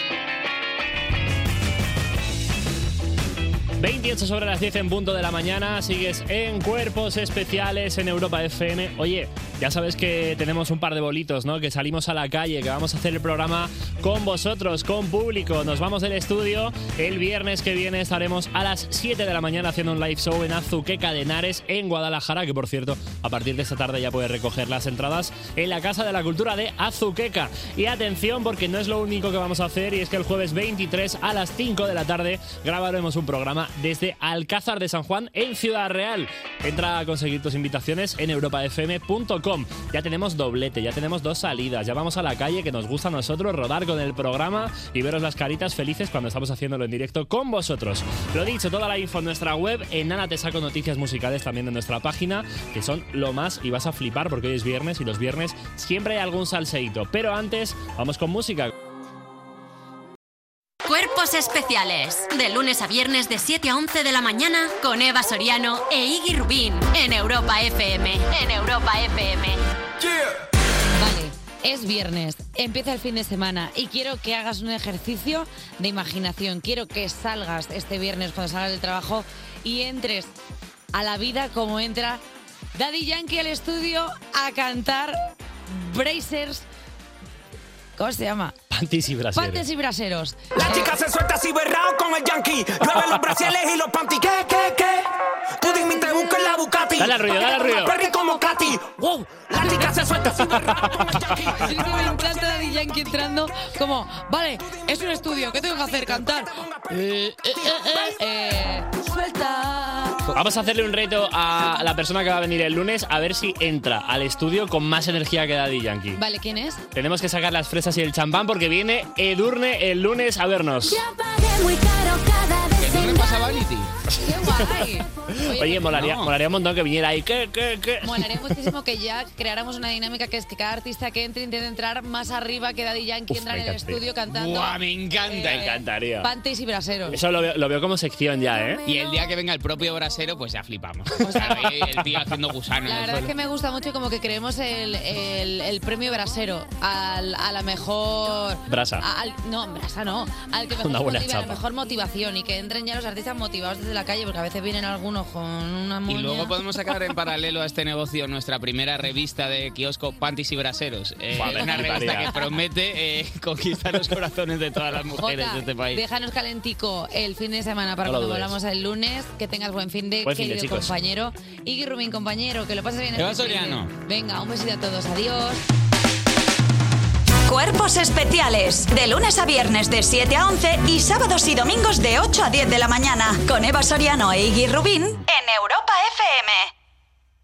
28 sobre las 10 en punto de la mañana, sigues en Cuerpos Especiales en Europa FM. Oye, ya sabes que tenemos un par de bolitos, ¿no? Que salimos a la calle, que vamos a hacer el programa con vosotros, con público. Nos vamos del estudio. El viernes que viene estaremos a las 7 de la mañana haciendo un live show en Azuqueca de Henares, en Guadalajara, que por cierto, a partir de esta tarde ya puedes recoger las entradas en la Casa de la Cultura de Azuqueca. Y atención, porque no es lo único que vamos a hacer, y es que el jueves 23 a las 5 de la tarde grabaremos un programa desde Alcázar de San Juan en Ciudad Real. Entra a conseguir tus invitaciones en europafm.com. Ya tenemos doblete, ya tenemos dos salidas, ya vamos a la calle que nos gusta a nosotros rodar con el programa y veros las caritas felices cuando estamos haciéndolo en directo con vosotros. Lo dicho, toda la info en nuestra web, en Ana te saco noticias musicales también de nuestra página, que son lo más y vas a flipar porque hoy es viernes y los viernes siempre hay algún salseíto. Pero antes, vamos con música. Cuerpos especiales. De lunes a viernes de 7 a 11 de la mañana con Eva Soriano e Iggy Rubín en Europa FM. En Europa FM. Vale, es viernes, empieza el fin de semana y quiero que hagas un ejercicio de imaginación. Quiero que salgas este viernes cuando salgas del trabajo y entres a la vida como entra Daddy Yankee al estudio a cantar Bracers. ¿Cómo se llama? Pantis y brasero. Pantes y braseros. La chica se suelta así berrao con el yankee. Llueve los brasiles y los panty. ¿Qué, qué, qué? Tú dime y te busco en la Bucati. Dale al ruido, dale al ruido. Pa' que ponga Perry como Katy. Wow. La chica se suelta así berrao con el yankee. Sí, que me encanta Daddy Yankee entrando como, vale, es un estudio, ¿qué tengo que hacer? Cantar. Eh, eh, eh, eh, suelta. Vamos a hacerle un reto a la persona que va a venir el lunes a ver si entra al estudio con más energía que Daddy Yankee. Vale, ¿quién es? Tenemos que sacar las fresas y el champán porque viene Edurne el lunes a vernos. ¿Qué me pasa Vanity? ¡Qué guay! Oye, molaría, no. molaría un montón que viniera ahí. ¿Qué, qué, qué? Molaría muchísimo que ya creáramos una dinámica que es que cada artista que entre intente entrar más arriba que Daddy Yankee Uf, entra me en el encantaría. estudio cantando. Eh, Buah, me encanta. Me encantaría. Panties y braseros. Eso lo veo, lo veo como sección ya, ¿eh? Y el día que venga el propio brasero, pues ya flipamos. Ahí el tío haciendo gusano La en el verdad es suelo. que me gusta mucho como que creemos el, el- el premio brasero al- a la mejor... Brasa. a- al- no, brasa no. Al que mejor Una buena motive, a la chapa. mejor motivación y que entren ya los artistas motivados desde la calle porque a veces vienen algunos con una Y moña. luego podemos sacar en paralelo a este negocio nuestra primera revista de kiosco Panties y Braseros. Eh, Buah, me una revista fliparía. que promete eh, conquistar los corazones de todas las mujeres Jota, de este país. Déjanos calentico el fin de semana para No lo cuando dudes. volvamos el lunes. Que tengas buen fin de Buen fin de, querido chicos. compañero. Iggy Rubín, compañero, que lo pases bien. Eva este fin de. Soriano. Venga, un besito a todos. Adiós. Cuerpos especiales. De lunes a viernes de 7 a 11 y sábados y domingos de 8 a 10 de la mañana. Con Eva Soriano e Iggy Rubín